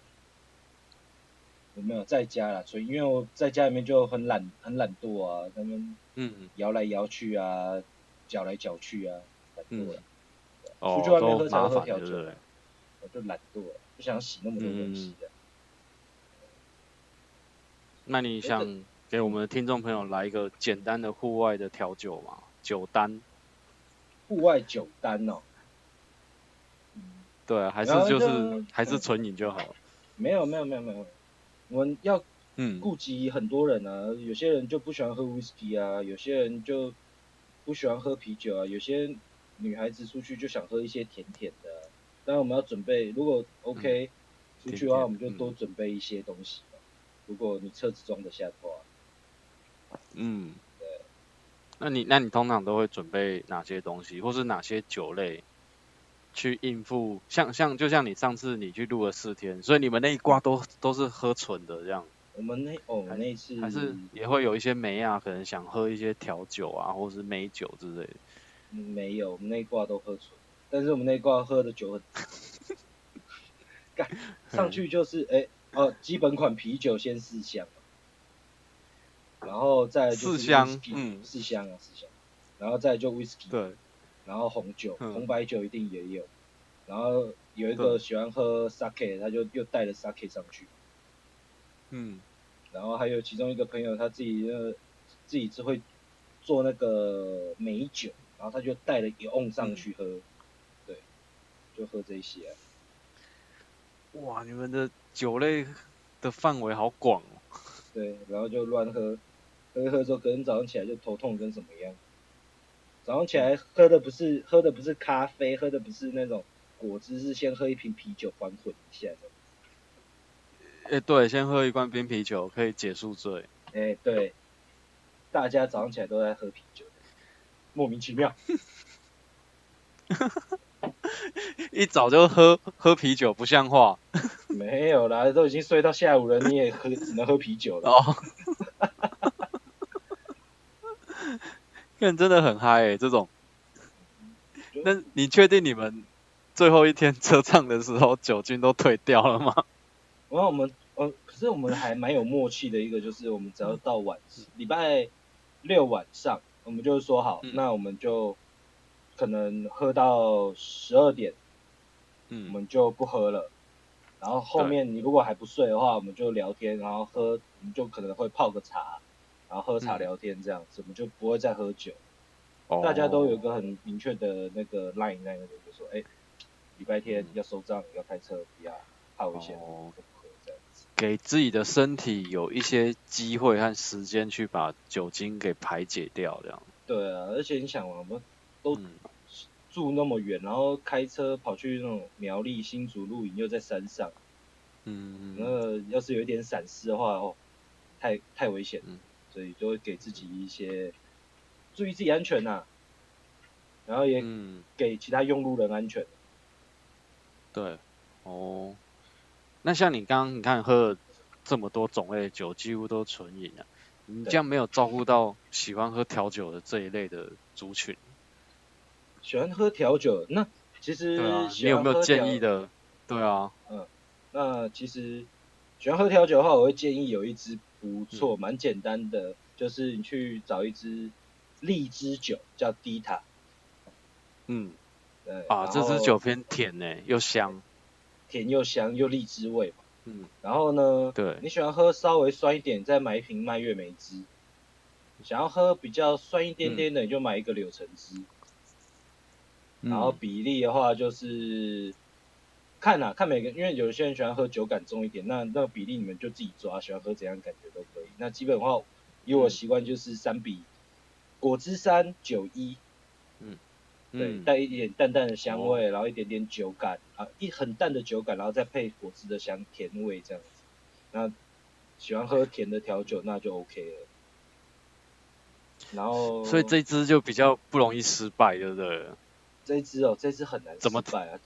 Speaker 3: 我没有在家啦，纯饮，因为我在家里面就很懒，很懒惰啊，他们
Speaker 1: 嗯，
Speaker 3: 摇来摇去啊，搅来搅去啊，懒惰
Speaker 1: 嗯
Speaker 3: 了，
Speaker 1: 哦，
Speaker 3: 去外面
Speaker 1: 都
Speaker 3: 喝才
Speaker 1: 麻
Speaker 3: 会喝
Speaker 1: 烦，
Speaker 3: 调
Speaker 1: 对不
Speaker 3: 酒
Speaker 1: 对？
Speaker 3: 我就懒惰了，不想洗那么多东西啊的。
Speaker 1: 嗯那你想给我们的听众朋友来一个简单的户外的调酒吗？酒单，
Speaker 3: 户外酒单哦，嗯，
Speaker 1: 对，啊还是
Speaker 3: 然后
Speaker 1: 就
Speaker 3: 就是
Speaker 1: 还是
Speaker 3: 嗯
Speaker 1: 纯饮就好了。
Speaker 3: 没有没有没有没有，我们要
Speaker 1: 嗯，
Speaker 3: 顾及很多人啊，有些人就不喜欢喝 whisky 啊，有些人就不喜欢喝啤酒啊，有些女孩子出去就想喝一些甜甜的啊、当然我们要准备，如果 OK、出去的
Speaker 1: 甜
Speaker 3: 话，
Speaker 1: 嗯甜嗯
Speaker 3: 我们就多准备一些东西嘛、如果你车子装得下的话，
Speaker 1: 嗯，那你那你通常都会准备哪些东西，或是哪些酒类去应付？像像就像你上次你去录了四天，所以你们那一挂都都是喝纯的这样，
Speaker 3: 我们那哦
Speaker 1: 还
Speaker 3: 那一次
Speaker 1: 还是也会有一些梅啊，可能想喝一些调酒啊，或是美酒之类的。
Speaker 3: 嗯没有，我们那一挂都喝纯，但是我们那一挂喝 的酒很，
Speaker 1: 嗯
Speaker 3: 干上去就是哎、哦，基本款啤酒先四箱嘛，然后再来就是
Speaker 1: 四箱
Speaker 3: whisky，
Speaker 1: 嗯
Speaker 3: 四箱啊四箱，然后再来就 whisky，，
Speaker 1: 对，
Speaker 3: 然后红酒、
Speaker 1: 嗯
Speaker 3: 红白酒一定也有，然后有一个
Speaker 1: 对
Speaker 3: 喜欢喝 sake，他就又带了 sake 上去，
Speaker 1: 嗯，
Speaker 3: 然后还有其中一个朋友他自己呃自己是会做那个美酒，然后他就带了一瓮上去喝，对，就喝这些、啊。
Speaker 1: 哇，你们的酒类的范围好广哦。
Speaker 3: 对，然后就乱喝，喝一喝之后，隔天早上起来就头痛跟什么一样。早上起来喝的不是喝的不是咖啡，喝的不是那种果汁，是先喝一瓶啤酒缓滚一下的。
Speaker 1: 哎、对，先喝一罐冰啤酒可以解宿醉。
Speaker 3: 哎、对，大家早上起来都在喝啤酒，莫名其妙。
Speaker 1: 一早就喝喝啤酒不像话
Speaker 3: 没有啦，都已经睡到下午了，你也喝 只能喝啤酒了。
Speaker 1: 哦。看真的很嗨哎、这种。那你确定你们最后一天车站的时候酒精都退掉了吗？
Speaker 3: 然后我们，呃，可是我们还蛮有默契的一个，就是我们只要到晚礼拜六晚上，我们就说好，
Speaker 1: 嗯
Speaker 3: 那我们就可能喝到十二点，我
Speaker 1: 嗯，
Speaker 3: 们就不喝了。然后后面你如果还不睡的话，我们就聊天，然后喝，我们就可能会泡个茶，然后喝茶
Speaker 1: 嗯
Speaker 3: 聊天这样子，我们就不会再喝酒。
Speaker 1: 哦
Speaker 3: 大家都有一个很明确的那个 line 在那边，就说，哎，礼拜天
Speaker 1: 嗯
Speaker 3: 要收账，要开车，不要泡一些，
Speaker 1: 哦
Speaker 3: 不喝这样子。
Speaker 1: 给自己的身体有一些机会和时间去把酒精给排解掉，这样。
Speaker 3: 对啊，而且你想嘛，我们都
Speaker 1: 嗯，
Speaker 3: 住那么远，然后开车跑去那种苗栗、新竹露营，又在山上，
Speaker 1: 嗯，嗯
Speaker 3: 那要是有一点闪失的话，哦，太太危险了
Speaker 1: 嗯
Speaker 3: 所以就会给自己一些注意自己安全呐、啊然后也
Speaker 1: 嗯，
Speaker 3: 给其他用路人安全。
Speaker 1: 对，哦，那像你刚刚你看喝了这么多种类的酒，几乎都纯饮啊，你
Speaker 3: 对
Speaker 1: 这样没有照顾到喜欢喝调酒的这一类的族群，
Speaker 3: 喜欢喝调酒，那其实
Speaker 1: 对啊，你
Speaker 3: 喜
Speaker 1: 有
Speaker 3: 欢
Speaker 1: 没
Speaker 3: 喝
Speaker 1: 有
Speaker 3: 调
Speaker 1: 建议？的？对啊，
Speaker 3: 那其实喜欢喝调酒的话，我会建议有一支不
Speaker 1: 嗯
Speaker 3: 错，蛮、简单的，就是你去找一支荔枝酒，叫 Dita。
Speaker 1: 嗯，
Speaker 3: 对
Speaker 1: 啊，
Speaker 3: 然
Speaker 1: 这支
Speaker 3: 后
Speaker 1: 酒偏甜呢、又香，
Speaker 3: 甜又香又荔枝味嘛。
Speaker 1: 嗯，
Speaker 3: 然后呢，
Speaker 1: 对，
Speaker 3: 你喜欢喝稍微酸一点，再买一瓶蔓越莓汁；想要喝比较酸一
Speaker 1: 嗯
Speaker 3: 点点的，你就买一个柳橙汁。然后
Speaker 1: 嗯，
Speaker 3: 比例的话就是看啊，看每个，因为有些人喜欢喝酒感重一点，那那个比例你们就自己抓，喜欢喝怎样感觉都可以。那基本的话，以
Speaker 1: 嗯
Speaker 3: 我的习惯就是三比果汁三酒一，对，
Speaker 1: 嗯，哦
Speaker 3: 带一点淡淡的香味，然后一点点酒感啊，一很淡的酒感，然后再配果汁的香甜味这样子。那喜欢喝甜的调酒，那就 OK 了。然后，
Speaker 1: 所以这支就比较不容易失败，对不对？
Speaker 3: 这一支哦，这一支很难
Speaker 1: 怎么
Speaker 3: 失败啊，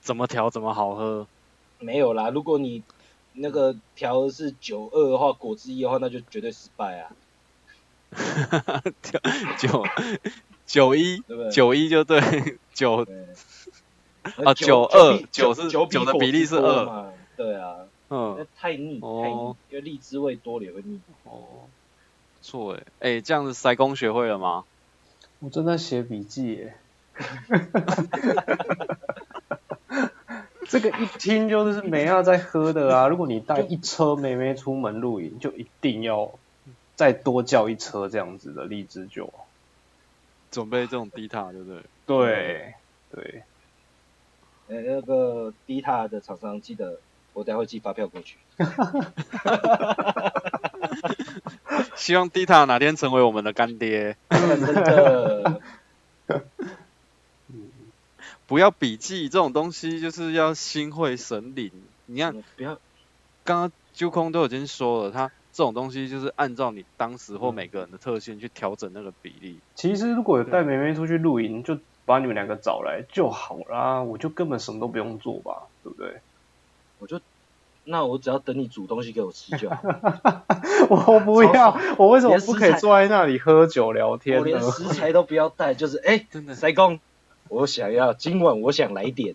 Speaker 1: 怎么调怎么好喝，
Speaker 3: 没有啦，如果你那个调的是九二的话，果汁一的话，那就绝对失败啊，
Speaker 1: 调九九一
Speaker 3: 对不对？
Speaker 1: 九一就对 九，
Speaker 3: 对
Speaker 1: 啊
Speaker 3: 那
Speaker 1: 九
Speaker 3: 九
Speaker 1: 二
Speaker 3: 九
Speaker 1: 九是
Speaker 3: 九
Speaker 1: 九的
Speaker 3: 果
Speaker 1: 比例
Speaker 3: 汁
Speaker 1: 是
Speaker 3: 多
Speaker 1: 二
Speaker 3: 嘛？对啊，那
Speaker 1: 嗯，
Speaker 3: 太腻太腻
Speaker 1: 哦，
Speaker 3: 因为荔枝味多了也会腻。
Speaker 1: 哦，不错哎，哎、这样子塞工学会了吗？
Speaker 2: 我正在写笔记耶。 这个一听就是梅亚在喝的啊！如果你带一车梅梅出门露营，就一定要再多叫一车这样子的荔枝酒。
Speaker 1: 准备这种低塔，对不对？
Speaker 2: 对对，
Speaker 3: 呃，那个低塔的厂商记得，我等下会寄发票过去。
Speaker 1: 希望低塔哪天成为我们的干爹，
Speaker 3: 真的，
Speaker 2: 嗯，
Speaker 1: 不要笔记这种东西，就是要心会神领。你看
Speaker 3: 不要
Speaker 1: 刚刚揪空都已经说了，他这种东西就是按照你当时或
Speaker 2: 嗯
Speaker 1: 每个人的特性去调整那个比例。
Speaker 2: 其实如果有带梅梅出去露营，就把你们两个找来就好啦，我就根本什么都不用做吧，对不对？
Speaker 3: 我就那我只要等你煮东西给我吃 就好，
Speaker 2: 我不要
Speaker 3: 超，
Speaker 2: 我为什么不可以坐在那里喝酒聊天
Speaker 3: 我
Speaker 2: 呢
Speaker 3: 连？食材都不要带，就是哎，
Speaker 1: 真的，
Speaker 3: 塞工，我想要今晚我想来点。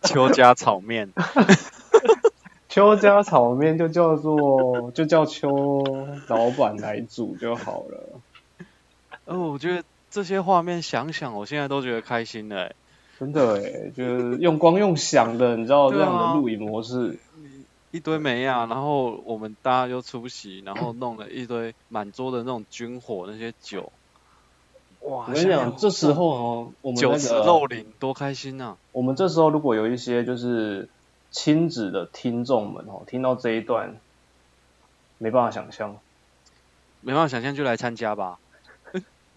Speaker 1: 邱家炒面，
Speaker 2: 邱家炒面就叫做就叫邱老板来煮就好了，
Speaker 1: 哦，我觉得这些画面想想，我现在都觉得开心了欸。
Speaker 2: 欸真的诶，就是用光用想的，你知道
Speaker 1: 对
Speaker 2: 这
Speaker 1: 啊
Speaker 2: 样的露营模式，
Speaker 1: 你一堆美亚，然后我们大家就出席，然后弄了一堆满桌的那种军火那些酒，哇！
Speaker 2: 我跟你
Speaker 1: 想
Speaker 2: 讲，
Speaker 1: 想
Speaker 2: 这时候哦，我们
Speaker 1: 酒
Speaker 2: 那
Speaker 1: 池
Speaker 2: 个
Speaker 1: 肉林多开心啊呐、
Speaker 2: 我们这时候如果有一些就是亲子的听众们哦，听到这一段，没办法想象，
Speaker 1: 没办法想象就来参加吧，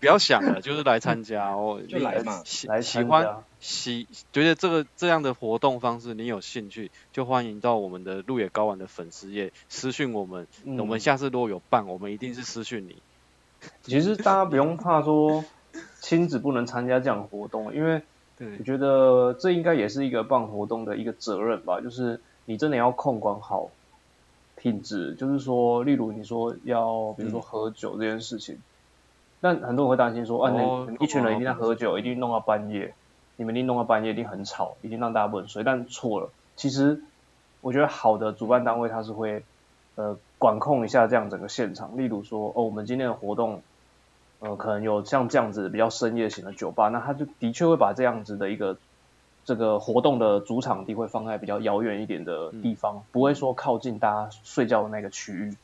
Speaker 1: 不要想了，就是来参加哦，
Speaker 3: 就
Speaker 1: 你
Speaker 3: 来嘛
Speaker 1: 喜
Speaker 2: 来
Speaker 1: 喜
Speaker 2: 参
Speaker 1: 欢
Speaker 2: 加，
Speaker 1: 喜觉得这个这样的活动方式你有兴趣，就欢迎到我们的路野高玩的粉丝页私讯我们。
Speaker 2: 嗯
Speaker 1: 我们下次如果有办，我们一定是私讯你。
Speaker 2: 其实大家不用怕说亲子不能参加这样的活动，因为
Speaker 1: 对
Speaker 2: 我觉得这应该也是一个办活动的一个责任吧，就是你真的要控管好品质，就是说，例如你说要，比如说
Speaker 1: 嗯
Speaker 2: 喝酒这件事情，但很多人会担心说，啊，
Speaker 1: 哦
Speaker 2: 你你一群人一定在
Speaker 1: 控管好
Speaker 2: 喝酒，一定弄到半夜，你们一定弄到半夜，一定很吵，一定让大家不能睡，但错了，其实我觉得好的主办单位他是会呃管控一下这样整个现场，例如说哦，我们今天的活动呃可能有像这样子比较深夜型的酒吧，那他就的确会把这样子的一个这个活动的主场地会放在比较遥远一点的
Speaker 3: 嗯
Speaker 2: 地方，不会说靠近大家睡觉的那个区域。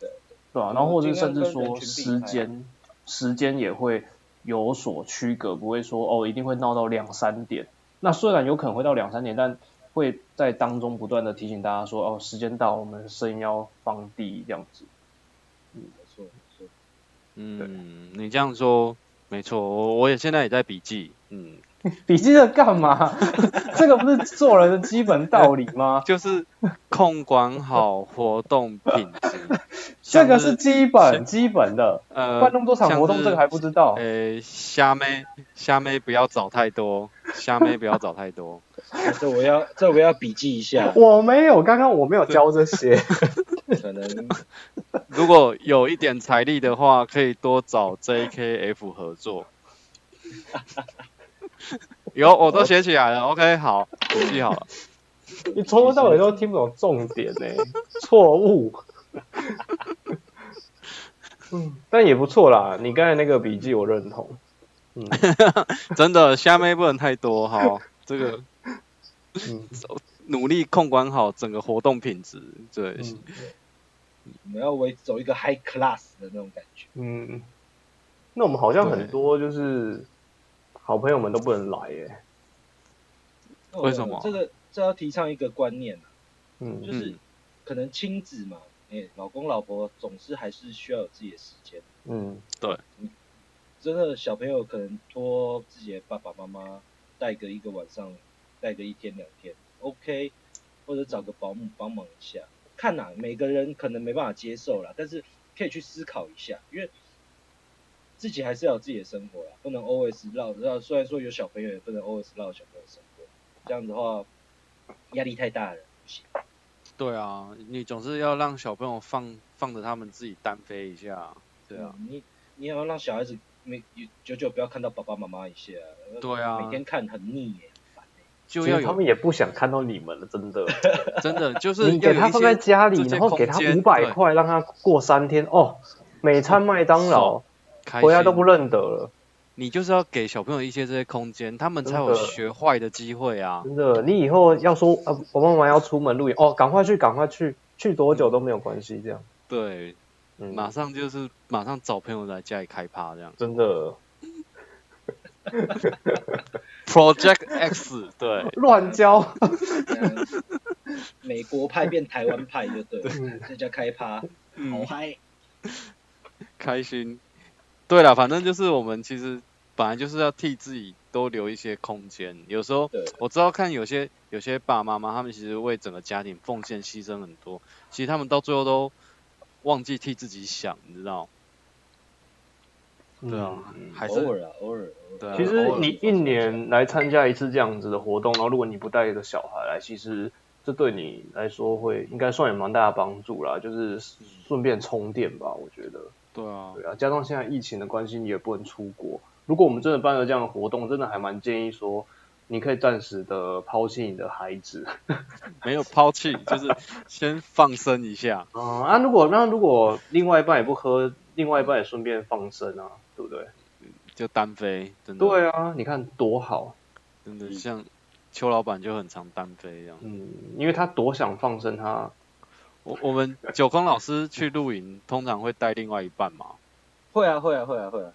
Speaker 3: 对
Speaker 2: 对啊，然后或者是甚
Speaker 3: 尽量跟
Speaker 2: 至
Speaker 3: 人
Speaker 2: 说
Speaker 3: 群避
Speaker 2: 时
Speaker 3: 开啊
Speaker 2: 间时间也会有所区隔，不会说哦一定会闹到两三点。那虽然有可能会到两三点，但会在当中不断的提醒大家说，哦，时间到，我们声音要放低，这样子。
Speaker 3: 没错没错，
Speaker 1: 嗯，你这样说没错，我我也现在也在笔记。嗯，
Speaker 2: 笔记在干嘛？ 这个不是做人的基本道理吗？，
Speaker 1: 就是控管好活动品质
Speaker 2: 这个
Speaker 1: 像
Speaker 2: 是基本基本的，
Speaker 1: 呃
Speaker 2: 办那么多场
Speaker 1: 像
Speaker 2: 活动，
Speaker 1: 是
Speaker 2: 这个还不知道。，
Speaker 1: 呃，虾妹，虾妹不要找太多，虾妹不要找太多。
Speaker 3: 这我要这我要笔记一下
Speaker 2: 我没有，刚刚我没有教 这些。
Speaker 3: 可能
Speaker 1: 如果有一点财力的话，可以多找 JKF 合作。有，我都写起来了。OK，好，笔记好了。
Speaker 2: 你从头到尾都听不懂重点呢、错误。 嗯，但也不错啦。你刚才那个笔记我认同。嗯
Speaker 1: 真的，虾妹不能太多哈。这个
Speaker 2: 嗯
Speaker 1: 努力控管好整个活动品质。对，
Speaker 2: 嗯
Speaker 3: 我们要维走一个 high class 的那种感觉。
Speaker 2: 嗯，那我们好像很多就是好朋友们都不能来耶、
Speaker 3: 那我
Speaker 1: 为什么
Speaker 3: 这个这要提倡一个观念啊，就
Speaker 2: 嗯
Speaker 3: 是
Speaker 1: 嗯
Speaker 3: 可能亲子嘛，哎、老公老婆总是还是需要有自己的时间。
Speaker 2: 嗯
Speaker 3: 真的小朋友可能托自己的爸爸妈妈带个一个晚上，带个一天两天，OK，或者找个保姆帮忙一下，看呐、每个人可能没办法接受啦，但是可以去思考一下，因为自己还是要有自己的生活啦，不能 always 绕绕，虽然说有小朋友，也不能 always 绕小朋友生活，这样的话压力太大了。
Speaker 1: 对啊，你总是要让小朋友放放着他们自己单飞一下。对啊，
Speaker 3: 嗯，你你也要让小孩子每久久不要看到爸爸妈妈一下啊，
Speaker 1: 对啊
Speaker 3: 每天看很腻耶、很烦耶
Speaker 1: 就
Speaker 2: 其
Speaker 1: 要
Speaker 2: 实他
Speaker 1: 有
Speaker 2: 们也不想看到你们了，真的。
Speaker 1: 真的 就是
Speaker 2: 你给
Speaker 1: 要有
Speaker 2: 他
Speaker 1: 一
Speaker 2: 放在
Speaker 1: 些
Speaker 2: 家里，
Speaker 1: 这些
Speaker 2: 然后给他
Speaker 1: 空间
Speaker 2: 五百
Speaker 1: 对
Speaker 2: 块，让他过三天哦，每餐麦当劳
Speaker 1: 开
Speaker 2: 回来
Speaker 1: 心
Speaker 2: 都不认得了。
Speaker 1: 你就是要给小朋友一些这些空间，他们才
Speaker 2: 真
Speaker 1: 有
Speaker 2: 的
Speaker 1: 学坏的机会啊。
Speaker 2: 真
Speaker 3: 嗯
Speaker 2: 的，你以后要说啊，我妈妈要出门露营哦，赶快去，赶快去，去多久都没有关系，这样。
Speaker 1: 对，
Speaker 2: 嗯，
Speaker 1: 马上就是马上找朋友来家里开趴这样。
Speaker 2: 真的
Speaker 1: Project X，对，
Speaker 2: 乱教。
Speaker 3: 嗯美国派变台湾派就对了，
Speaker 2: 嗯
Speaker 3: 在家开趴，好
Speaker 1: 嗯，
Speaker 3: 嗨！
Speaker 1: 开心。对了，反正就是我们其实本来就是要替自己多留一些空间。有时候
Speaker 3: 对
Speaker 1: 我知道看有些有些爸爸妈妈，他们其实为整个家庭奉献牺牲很多，其实他们到最后都忘记替自己想，你知道？对
Speaker 2: 嗯
Speaker 1: 啊，还是
Speaker 3: 嗯偶尔啊，偶尔，偶尔
Speaker 1: 对啊
Speaker 2: 其实
Speaker 1: 偶尔
Speaker 2: 你一年来参加一次这样子的活动，然后如果你不带着小孩来，其实这对你来说会应该算有蛮大的帮助啦，就是顺便充电吧，我觉得。
Speaker 1: 对啊，
Speaker 2: 对啊，加上现在疫情的关系，你也不能出国。如果我们真的办了这样的活动，真的还蛮建议说，你可以暂时的抛弃你的孩子
Speaker 1: 没有抛弃，就是先放生一下。
Speaker 2: 啊、啊！如果那如果另外一半也不喝，另外一半也顺便放生啊，对不对？嗯
Speaker 1: 就单飞，真的。
Speaker 2: 对啊，你看多好。
Speaker 1: 真的像邱老板就很常单飞这样。
Speaker 2: 嗯，因为他多想放生他，
Speaker 1: 我我们九空老师去露营，通常会带另外一半嘛，
Speaker 3: 会啊会啊会啊会啊，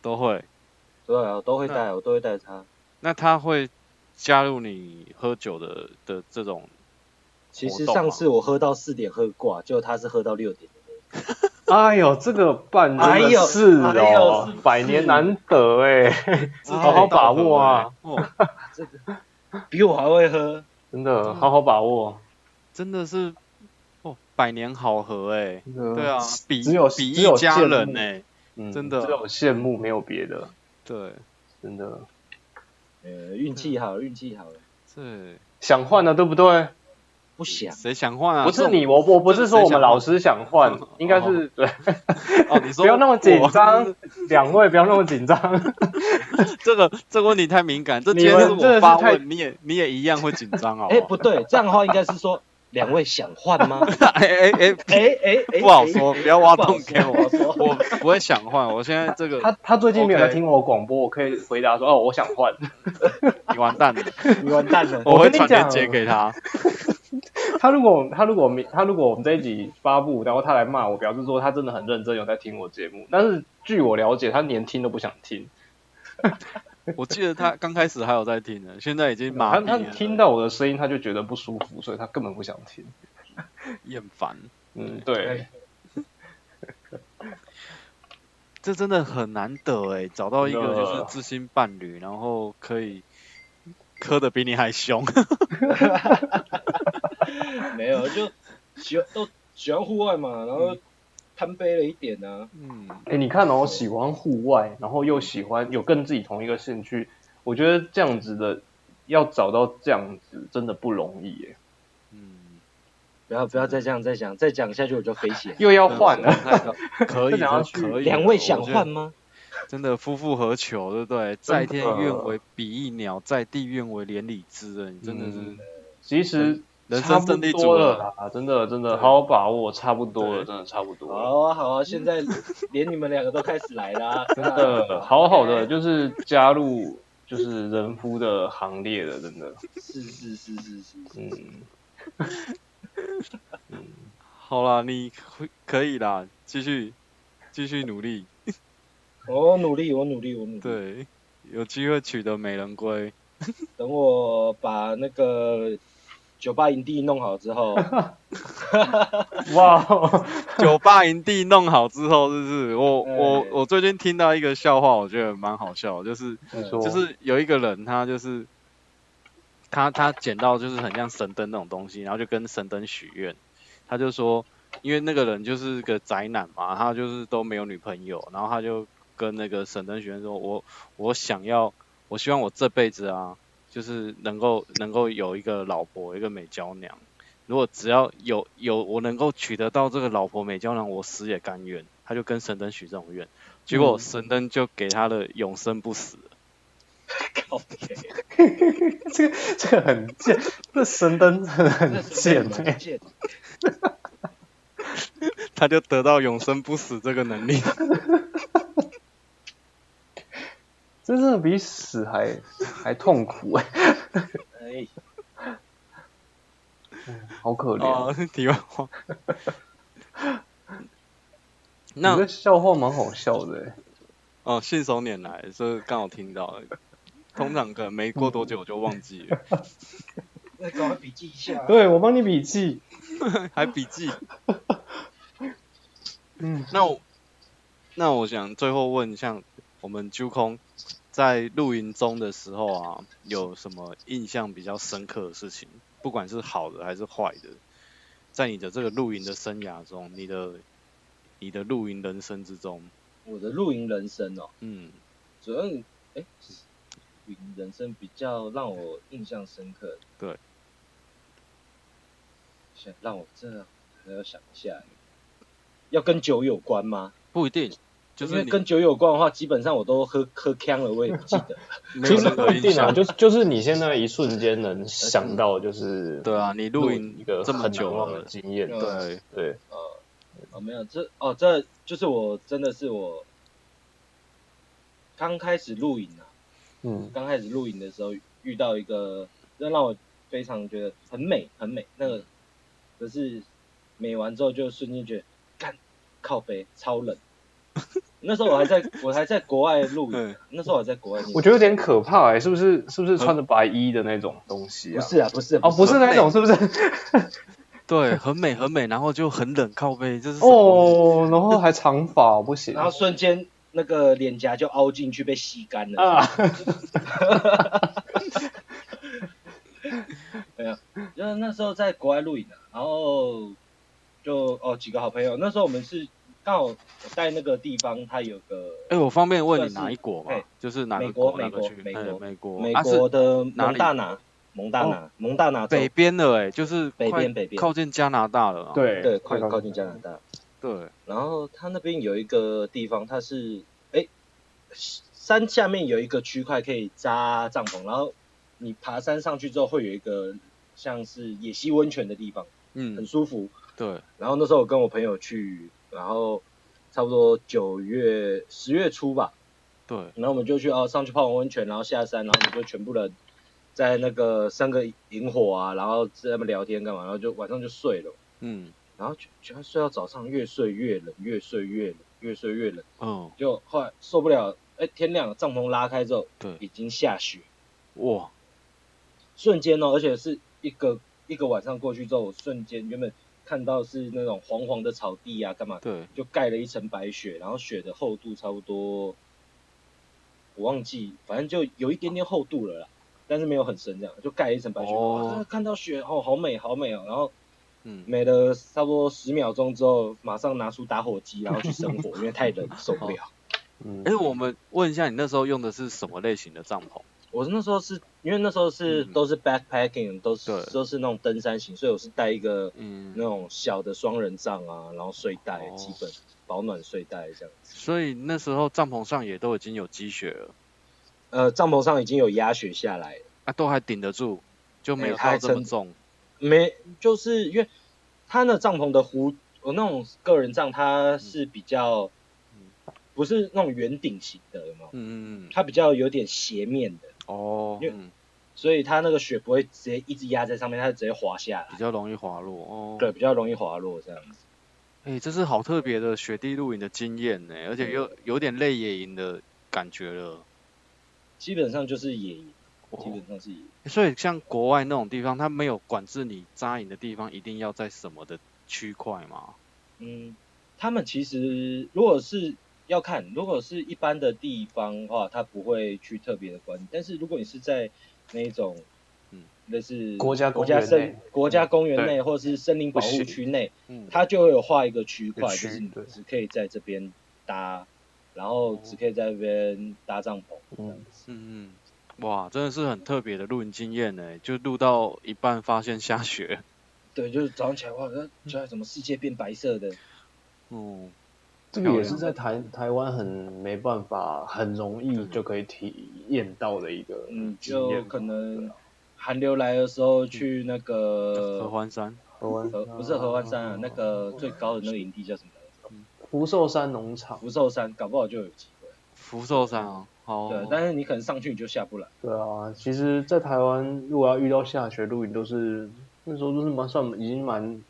Speaker 1: 都会。
Speaker 3: 对啊，我都会带，我都会带他。
Speaker 1: 那他会加入你喝酒的的这种
Speaker 3: 其实
Speaker 1: 活动啊
Speaker 3: 上
Speaker 1: 吗
Speaker 3: 次我喝到四点喝挂，结果他是喝到六 点。
Speaker 2: 哎呦，这个伴
Speaker 3: 哎
Speaker 2: 真
Speaker 3: 呦
Speaker 2: 的是
Speaker 3: 哎呦
Speaker 2: 哦
Speaker 3: 是不，是
Speaker 2: 百年难得哎、好好把握啊，
Speaker 1: 哦，
Speaker 3: 比我还会喝。
Speaker 2: 真的好好把握。
Speaker 1: 真的是哦，百年好合哎、
Speaker 2: 真的
Speaker 1: 对啊，比
Speaker 2: 嗯只有
Speaker 1: 比
Speaker 2: 只
Speaker 1: 一
Speaker 2: 有
Speaker 1: 家
Speaker 2: 羡
Speaker 1: 人
Speaker 2: 慕
Speaker 1: 哎、
Speaker 2: 嗯
Speaker 1: 真的
Speaker 2: 只有羡慕没有别的，
Speaker 1: 对
Speaker 2: 真的
Speaker 3: 呃，运气
Speaker 1: 嗯
Speaker 3: 好，运气好了，
Speaker 1: 对，
Speaker 2: 想换了对不对？
Speaker 3: 不想
Speaker 1: 谁想换啊？
Speaker 2: 不是
Speaker 1: 这种
Speaker 2: 你，我我不是说我
Speaker 1: 这是
Speaker 2: 们老师想换
Speaker 1: 哦，
Speaker 2: 应该是对，
Speaker 1: 哦，你说
Speaker 2: 不要那么紧
Speaker 1: 我
Speaker 2: 张，两位不要那么紧张。
Speaker 1: 这个这个问题太敏感，这
Speaker 2: 你
Speaker 1: 今天
Speaker 2: 们
Speaker 1: 是
Speaker 2: 真的
Speaker 1: 我
Speaker 2: 是
Speaker 1: 发
Speaker 2: 太
Speaker 1: 问，你也你也一样会紧张啊哦好
Speaker 3: 哎、
Speaker 1: 不
Speaker 3: 不
Speaker 1: 好？
Speaker 3: 对，这样的话应该是说两位想换吗？
Speaker 1: 哎哎哎，
Speaker 3: 哎哎哎，
Speaker 1: 不好说，不要挖
Speaker 3: 不好
Speaker 1: 洞给我，
Speaker 3: 说不好说
Speaker 1: 我不会想换，我现在这个
Speaker 2: 他他最近没有
Speaker 1: OK
Speaker 2: 来听我广播，我可以回答说哦，我想 换。
Speaker 1: 你完蛋了，
Speaker 3: 你完蛋了。
Speaker 1: 我
Speaker 2: 我
Speaker 1: 会
Speaker 2: 跟你
Speaker 1: 传链
Speaker 2: 讲
Speaker 1: 接给他。
Speaker 2: 他如果他如果没他如果我们这一集发布，然后他来骂我，表示说他真的很认真有在听我节目，但是据我了解，他连听都不想听，
Speaker 1: 我记得他刚开始还有在听呢，现在已经麻
Speaker 2: 他
Speaker 1: 痹
Speaker 2: 他
Speaker 1: 了，
Speaker 2: 听到我的声音他就觉得不舒服，所以他根本不想听。
Speaker 1: 厌烦。
Speaker 2: 嗯，对，
Speaker 1: 这真的很难得哎，找到一个
Speaker 2: 真的
Speaker 1: 就是知心伴侣，然后可以磕的比你还凶。
Speaker 3: 没有，就喜欢都喜欢户外嘛，然后贪杯了一点啊。
Speaker 1: 嗯，
Speaker 2: 哎，你看哦，喜欢户外，然后又喜欢有跟自己同一个兴趣，我觉得这样子的要找到这样子真的不容易耶，
Speaker 1: 嗯，
Speaker 3: 不要不要再这样再讲，再讲下去我就飞起来。
Speaker 2: 又要换啊了。
Speaker 1: 可以
Speaker 2: 这想要
Speaker 1: 的，
Speaker 2: 去
Speaker 1: 可以的。
Speaker 3: 两位想
Speaker 1: 我觉得
Speaker 3: 换吗？
Speaker 1: 真的夫复何求，对不对？
Speaker 2: 真
Speaker 1: 在
Speaker 2: 的
Speaker 1: 天愿为比翼鸟，在地愿为连理枝。哎，你真的
Speaker 2: 嗯
Speaker 1: 是
Speaker 2: 其实
Speaker 1: 人
Speaker 2: 差
Speaker 1: 生
Speaker 2: 不
Speaker 1: 胜利
Speaker 2: 多
Speaker 1: 组
Speaker 2: 了
Speaker 1: 了。
Speaker 2: 啦，真的真的
Speaker 1: 对
Speaker 2: 好好把握，差不多了，
Speaker 1: 对
Speaker 2: 真的差不多了。
Speaker 3: 好啊好啊，现在连你们两个都开始来啦、真
Speaker 2: 真的好好的，就是加入就是人夫的行列了，真的，
Speaker 3: 是是是是是是，
Speaker 2: 嗯，嗯，
Speaker 1: 好啦，你会可以啦，继续继续努力。
Speaker 3: 我哦努力我努力我
Speaker 2: 嗯
Speaker 3: 努力。
Speaker 1: 对，有机会取得美人归。
Speaker 3: 等我把那个酒吧营地弄好 之后，
Speaker 2: 哇，哦
Speaker 1: 酒吧营地弄好之后，就是我
Speaker 3: 哎
Speaker 1: 我我最近听到一个笑话，我觉得蛮好笑的，就是
Speaker 2: 你说
Speaker 1: 就是有一个人，他就是他他捡到就是很像神灯那种东西，然后就跟神灯许愿，他就说，因为那个人就是个宅男嘛，他就是都没有女朋友，然后他就跟那个神灯许愿说，我我想要，我希望我这辈子啊，就是能够能够有一个老婆，一个美娇娘。如果只要有有我能够娶得到这个老婆美娇娘，我死也甘愿。他就跟神灯许这种愿，结果
Speaker 2: 嗯
Speaker 1: 神灯就给他的永生不死。
Speaker 3: 靠
Speaker 2: 这个这个很贱，这神灯真的很贱哎、
Speaker 3: 很贱，
Speaker 1: 他就得到永生不死这个能力。
Speaker 2: 真的比死还还痛苦哎、
Speaker 3: 哎，
Speaker 2: 好可怜。
Speaker 1: 哦， 题外 话。
Speaker 2: 你
Speaker 1: 那
Speaker 2: 这笑话蛮好笑的、欸，
Speaker 1: 哦，信手拈来，所以刚好听到了。通常可能没过多久我就忘记了，
Speaker 3: 那赶快笔记一下啊。
Speaker 2: 对我帮你笔记。
Speaker 1: 还笔记。
Speaker 2: 嗯，
Speaker 1: 那我那我想最后问一下，我们揪空在露营中的时候啊，有什么印象比较深刻的事情？不管是好的还是坏的，在你的这个露营的生涯中，你的你的露营人生之中，
Speaker 3: 我的露营人生哦，
Speaker 1: 嗯，
Speaker 3: 主要你哎，露营人生比较让我印象深刻。
Speaker 1: 对，
Speaker 3: 想让我这还要想一下，欸要跟酒有关吗？
Speaker 1: 不一定，就
Speaker 3: 因
Speaker 1: 是
Speaker 3: 为
Speaker 1: 你
Speaker 3: 跟酒有关的话，基本上我都喝喝呛了，我也不记 得。
Speaker 1: 没
Speaker 2: 其
Speaker 1: 有
Speaker 2: 实
Speaker 1: 任
Speaker 2: 不
Speaker 1: 何
Speaker 2: 一
Speaker 1: 印
Speaker 2: 定啊，
Speaker 1: 象。
Speaker 2: 就是就是你现在一瞬间能想到，就是
Speaker 1: 对啊，你露营
Speaker 2: 一个
Speaker 1: 这么
Speaker 2: 很难
Speaker 1: 久
Speaker 2: 忘的
Speaker 1: 了，
Speaker 2: 经验，
Speaker 3: 嗯
Speaker 1: 对，
Speaker 2: 对，
Speaker 3: 呃，哦，没有，这哦，这就是我真的是我刚开始露营啊，
Speaker 2: 嗯
Speaker 3: 刚开始露营的时候遇到一个那让我非常觉得很美很美。那个可是美完之后就瞬间觉得，干靠背超冷。那时候我还在我还在国外露营
Speaker 1: 嗯
Speaker 3: 啊，那时候我还在国外念书。
Speaker 2: 我觉得有点可怕哎、是不是？是不是穿着白衣的那种东西
Speaker 3: 不
Speaker 2: 啊？
Speaker 3: 是啊，不是
Speaker 2: 哦，不是那种，是不是？
Speaker 1: 对，很美很美，然后就很冷靠背，这是什么意思
Speaker 2: 哦，然后还长发，不行
Speaker 3: 然后瞬间那个脸颊就凹进去被吸干了。
Speaker 2: 啊！
Speaker 3: 就是那时候在国外露营啊，然后就哦几个好朋友，那时候我们是刚好我在那个地方，它有个
Speaker 1: 哎、我方便问你
Speaker 3: 算是
Speaker 1: 哪一国吗
Speaker 3: 嘿？
Speaker 1: 就是哪个
Speaker 3: 美国
Speaker 1: 哪个
Speaker 3: 美国
Speaker 1: 区？
Speaker 3: 美国
Speaker 1: 哎美国，
Speaker 3: 美
Speaker 1: 啊是
Speaker 3: 国的
Speaker 1: 哪
Speaker 3: 蒙
Speaker 1: 里哦
Speaker 3: 大拿，蒙大拿，蒙大拿州，
Speaker 1: 北边了哎、就是
Speaker 3: 北
Speaker 1: 快
Speaker 3: 边北边
Speaker 1: 靠近加拿大了啊。
Speaker 2: 对
Speaker 3: 对，快靠近加拿大。
Speaker 1: 对，
Speaker 3: 然后它那边有一个地方，它是哎山下面有一个区块可以扎帐篷，然后你爬山上去之后会有一个像是野溪温泉的地方，很
Speaker 1: 嗯，
Speaker 3: 舒服。
Speaker 1: 对，
Speaker 3: 然后那时候我跟我朋友去，然后差不多九月十月初吧，
Speaker 1: 对，
Speaker 3: 然后我们就去哦上去泡完温泉，然后下山，然后我们就全部人在那个三个萤火啊，然后在那边聊天干嘛，然后就晚上就睡了，
Speaker 1: 嗯，
Speaker 3: 然后就就要睡到早上，越睡越冷，越睡越冷，越睡越冷，
Speaker 1: 哦，
Speaker 3: 就后来受不了，哎天亮了，帐篷拉开之后
Speaker 1: 对，
Speaker 3: 已经下雪，
Speaker 1: 哇，
Speaker 3: 瞬间哦，而且是一个一个晚上过去之后，我瞬间原本看到是那种黄黄的草地啊，干嘛
Speaker 1: 对，
Speaker 3: 就盖了一层白雪，然后雪的厚度差不多，我忘记，反正就有一点点厚度了啦，但是没有很深这样，就盖了一层白雪。
Speaker 1: 哦
Speaker 3: 哇，真的看到雪哦，好美，好美哦。然后
Speaker 1: 嗯，
Speaker 3: 美了差不多十秒钟之后，马上拿出打火机，然后去生火，因为太冷受不了。
Speaker 2: 嗯
Speaker 1: 哎、我们问一下，你那时候用的是什么类型的帐篷？
Speaker 3: 我那时候是因为那时候是、
Speaker 1: 嗯
Speaker 3: 都是 backpacking，都是
Speaker 1: 对
Speaker 3: 都是那种登山型，所以我是带一个那
Speaker 1: 嗯，
Speaker 3: 种小的双人帐啊，然后睡袋，
Speaker 1: 哦
Speaker 3: 基本保暖睡袋这样子。
Speaker 1: 所以那时候帐篷上也都已经有积雪了，
Speaker 3: 呃，帐篷上已经有压雪下来了。
Speaker 1: 啊，都还顶得住，就没有
Speaker 3: 哎它
Speaker 1: 到
Speaker 3: 还
Speaker 1: 这么
Speaker 3: 撑
Speaker 1: 重。
Speaker 3: 没，就是因为他那帐篷的弧，我那种个人帐，它是比较，嗯不是那种圆顶型的，有没
Speaker 1: 嗯
Speaker 3: 有？
Speaker 1: 嗯嗯，
Speaker 3: 它比较有点斜面的，
Speaker 1: 哦，
Speaker 3: 因为
Speaker 1: 嗯，
Speaker 3: 所以它那个雪不会直接一直压在上面，它就直接滑下来，
Speaker 1: 比较容易滑落哦。
Speaker 3: 对，比较容易滑落这样子。
Speaker 1: 哎、这是好特别的雪地露营的经验呢，而且又有点类野营的感觉了。
Speaker 3: 基本上就是野营，基
Speaker 1: 哦
Speaker 3: 本上是野营。
Speaker 1: 所以像国外那种地方，它没有管制你扎营的地方一定要在什么的区块嘛？
Speaker 3: 嗯，他们其实如果是要看，如果是一般的地方的话，他不会去特别的管理。但是如果你是在那一种，
Speaker 1: 嗯
Speaker 3: 嗯，类似
Speaker 2: 国家
Speaker 3: 国
Speaker 2: 公
Speaker 3: 家
Speaker 2: 园
Speaker 3: 森
Speaker 2: 内嗯
Speaker 3: 国家公园
Speaker 2: 对
Speaker 3: 内或是森林保
Speaker 2: 不
Speaker 3: 护
Speaker 2: 行
Speaker 3: 区内，
Speaker 1: 嗯，
Speaker 3: 它就会有画一个区
Speaker 2: 一个
Speaker 3: 块，
Speaker 2: 区
Speaker 3: 就是你
Speaker 2: 对哦
Speaker 3: 只可以在这边搭，然后只可以在这边搭帐篷这样子。
Speaker 1: 嗯嗯，哇，真的是很特别的露营经验呢，就露到一半发现下 雪。
Speaker 3: 对，就是早上起来哇，呃觉得怎么世界变白色的？
Speaker 1: 嗯，
Speaker 2: 这个也是在台台湾很没办法，很容易就可以体验到的一个
Speaker 3: 嗯，
Speaker 2: 经验
Speaker 3: 就
Speaker 2: 吧
Speaker 3: 可能
Speaker 2: 对啊
Speaker 3: 寒流来的时候去那个
Speaker 1: 合欢山。
Speaker 2: 合湾哦
Speaker 3: 合不是合欢山啊，那个最高的那个营地叫什么来着？
Speaker 2: 福寿山农场，
Speaker 3: 福寿山，搞不好就有机会。
Speaker 1: 福寿山啊，哦，
Speaker 3: 对，但是你可能上去你就下不来。
Speaker 2: 对啊，其实，在台湾如果要遇到下雪露营，都是那时候都是蛮算已经蛮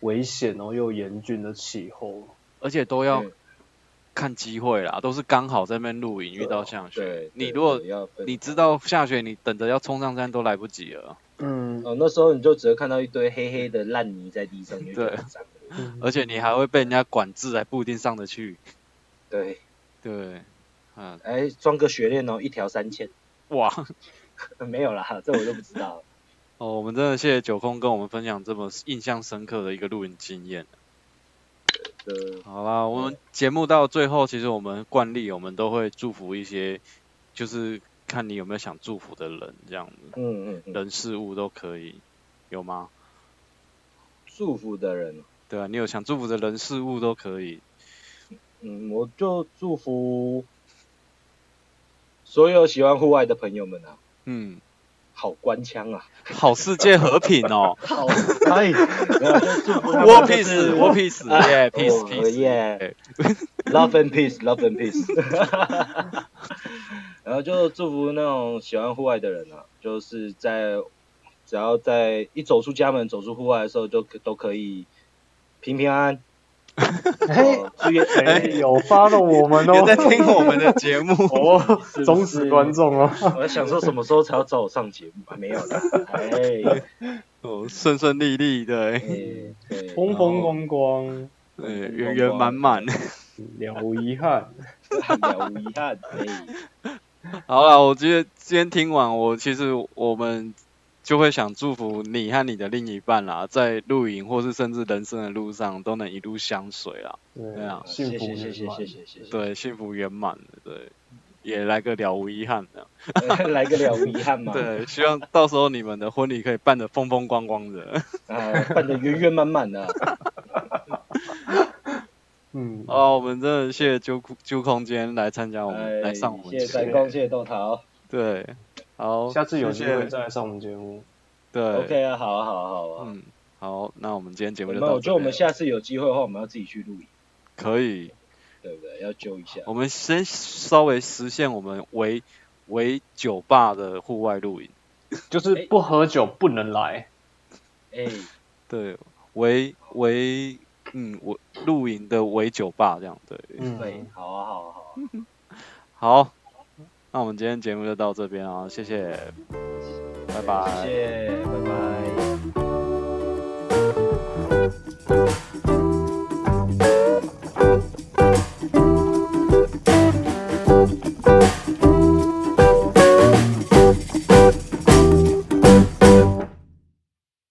Speaker 2: 危险，然后又严峻的气候。
Speaker 1: 而且都要
Speaker 3: 对
Speaker 1: 看机会啦，都是刚好在那边露营遇到下雪
Speaker 3: 对，，
Speaker 1: 你
Speaker 3: 对
Speaker 1: 如果
Speaker 3: 对要分
Speaker 1: 你知道下雪，你等着要冲上山都来不及了，
Speaker 2: 嗯，
Speaker 3: 哦，那时候你就只会看到一堆黑黑的烂泥在地上，你就觉得很脏。
Speaker 2: 嗯
Speaker 1: 而且你还会被人家管制，还不一定上得去。
Speaker 3: 对，
Speaker 1: 对，嗯，
Speaker 3: 哎，装个雪链哦，一条三千，
Speaker 1: 哇，
Speaker 3: 没有啦，这我就不知道了。
Speaker 1: 哦，我们真的谢谢九空跟我们分享这么印象深刻的一个露营经验。
Speaker 3: 对
Speaker 1: 好啦，我们节目到最后，其实我们惯例我们都会祝福一些，就是看你有没有想祝福的人，这样子，
Speaker 3: 嗯嗯嗯，
Speaker 1: 人事物都可以，有吗？
Speaker 3: 祝福的人，哦
Speaker 1: 对啊，你有想祝福的人事物都可以。
Speaker 3: 嗯，我就祝福所有喜欢户外的朋友们啊，
Speaker 1: 嗯，
Speaker 3: 好官腔啊。
Speaker 1: 好世界和平哦
Speaker 3: 好，哎，没有，就祝福他
Speaker 1: ，War
Speaker 3: 们就是
Speaker 1: Peace War Peace
Speaker 3: 啊
Speaker 1: Yeah Peace
Speaker 3: 哦
Speaker 1: Peace
Speaker 3: yeah
Speaker 1: yeah
Speaker 3: love and peace，love and peace，然后就祝福那种喜欢户外的人啊，就是在只要在一走出家门、走出户外的时候，就可都可以平平安安。
Speaker 2: 嘿，
Speaker 3: 哦注意
Speaker 2: 哎，有 follow 我们
Speaker 1: 有在
Speaker 2: 哦，
Speaker 1: 听我们的节目
Speaker 2: 哦，
Speaker 3: 是
Speaker 2: 忠实观众哦，
Speaker 3: 我在想说什么时候才要找我上节目？没有啦，哎，
Speaker 1: 哦，顺顺利利的，
Speaker 3: 哎对，
Speaker 2: 风风光嗯光，嗯
Speaker 1: 呃，圆圆满满。
Speaker 2: 了无遗憾。
Speaker 3: 然后了无遗憾，哎，
Speaker 1: 好了，我觉得今天听完，我其实我们就会想祝福你和你的另一半啦，在露营或是甚至人生的路上都能一路相随啦。对
Speaker 2: 对
Speaker 1: 啊
Speaker 2: 幸福
Speaker 3: 谢谢
Speaker 2: 圆
Speaker 3: 谢
Speaker 2: 满
Speaker 3: 谢谢谢谢谢，
Speaker 1: 对，幸福圆满的，对，也来个了无遗憾的。
Speaker 3: 来个了无遗憾
Speaker 2: 嗯
Speaker 3: 嘛，
Speaker 1: 对，希望到时候你们的婚礼可以办得风风光光 的。
Speaker 3: 啊，办得圆圆满满的，
Speaker 2: 嗯，
Speaker 1: 好啦，哦我们真的谢谢揪揪空间来参加我们、
Speaker 3: 哎，
Speaker 1: 来上我们
Speaker 3: 谢
Speaker 1: 节
Speaker 3: 谢三
Speaker 1: 目。
Speaker 3: 公，谢谢豆桃
Speaker 1: 对，好，
Speaker 2: 下次有机
Speaker 1: 谢
Speaker 2: 会
Speaker 1: 谢。
Speaker 2: 再来上我们节目。
Speaker 1: 对
Speaker 3: ，OK 啊，好啊好啊好啊好啊，
Speaker 1: 嗯，好，那我们今天节
Speaker 3: 我
Speaker 1: 目就
Speaker 3: 们
Speaker 1: 到这边。啊
Speaker 3: 我觉得我们下次有机会的话，我们要自己去露营，
Speaker 1: 可以，
Speaker 3: 对不对？要揪一下，
Speaker 1: 我们先稍微实现我们为为酒吧的户外露营，
Speaker 2: 就是不喝酒不能来，
Speaker 1: 嗯
Speaker 3: 哎，
Speaker 1: 对，为为嗯，我露营的为酒吧这样，对，
Speaker 3: 对
Speaker 2: 嗯，，
Speaker 3: 好啊好啊好啊，
Speaker 1: 好，那我们今天节目就到这边啊，谢谢，拜拜。
Speaker 3: 谢谢。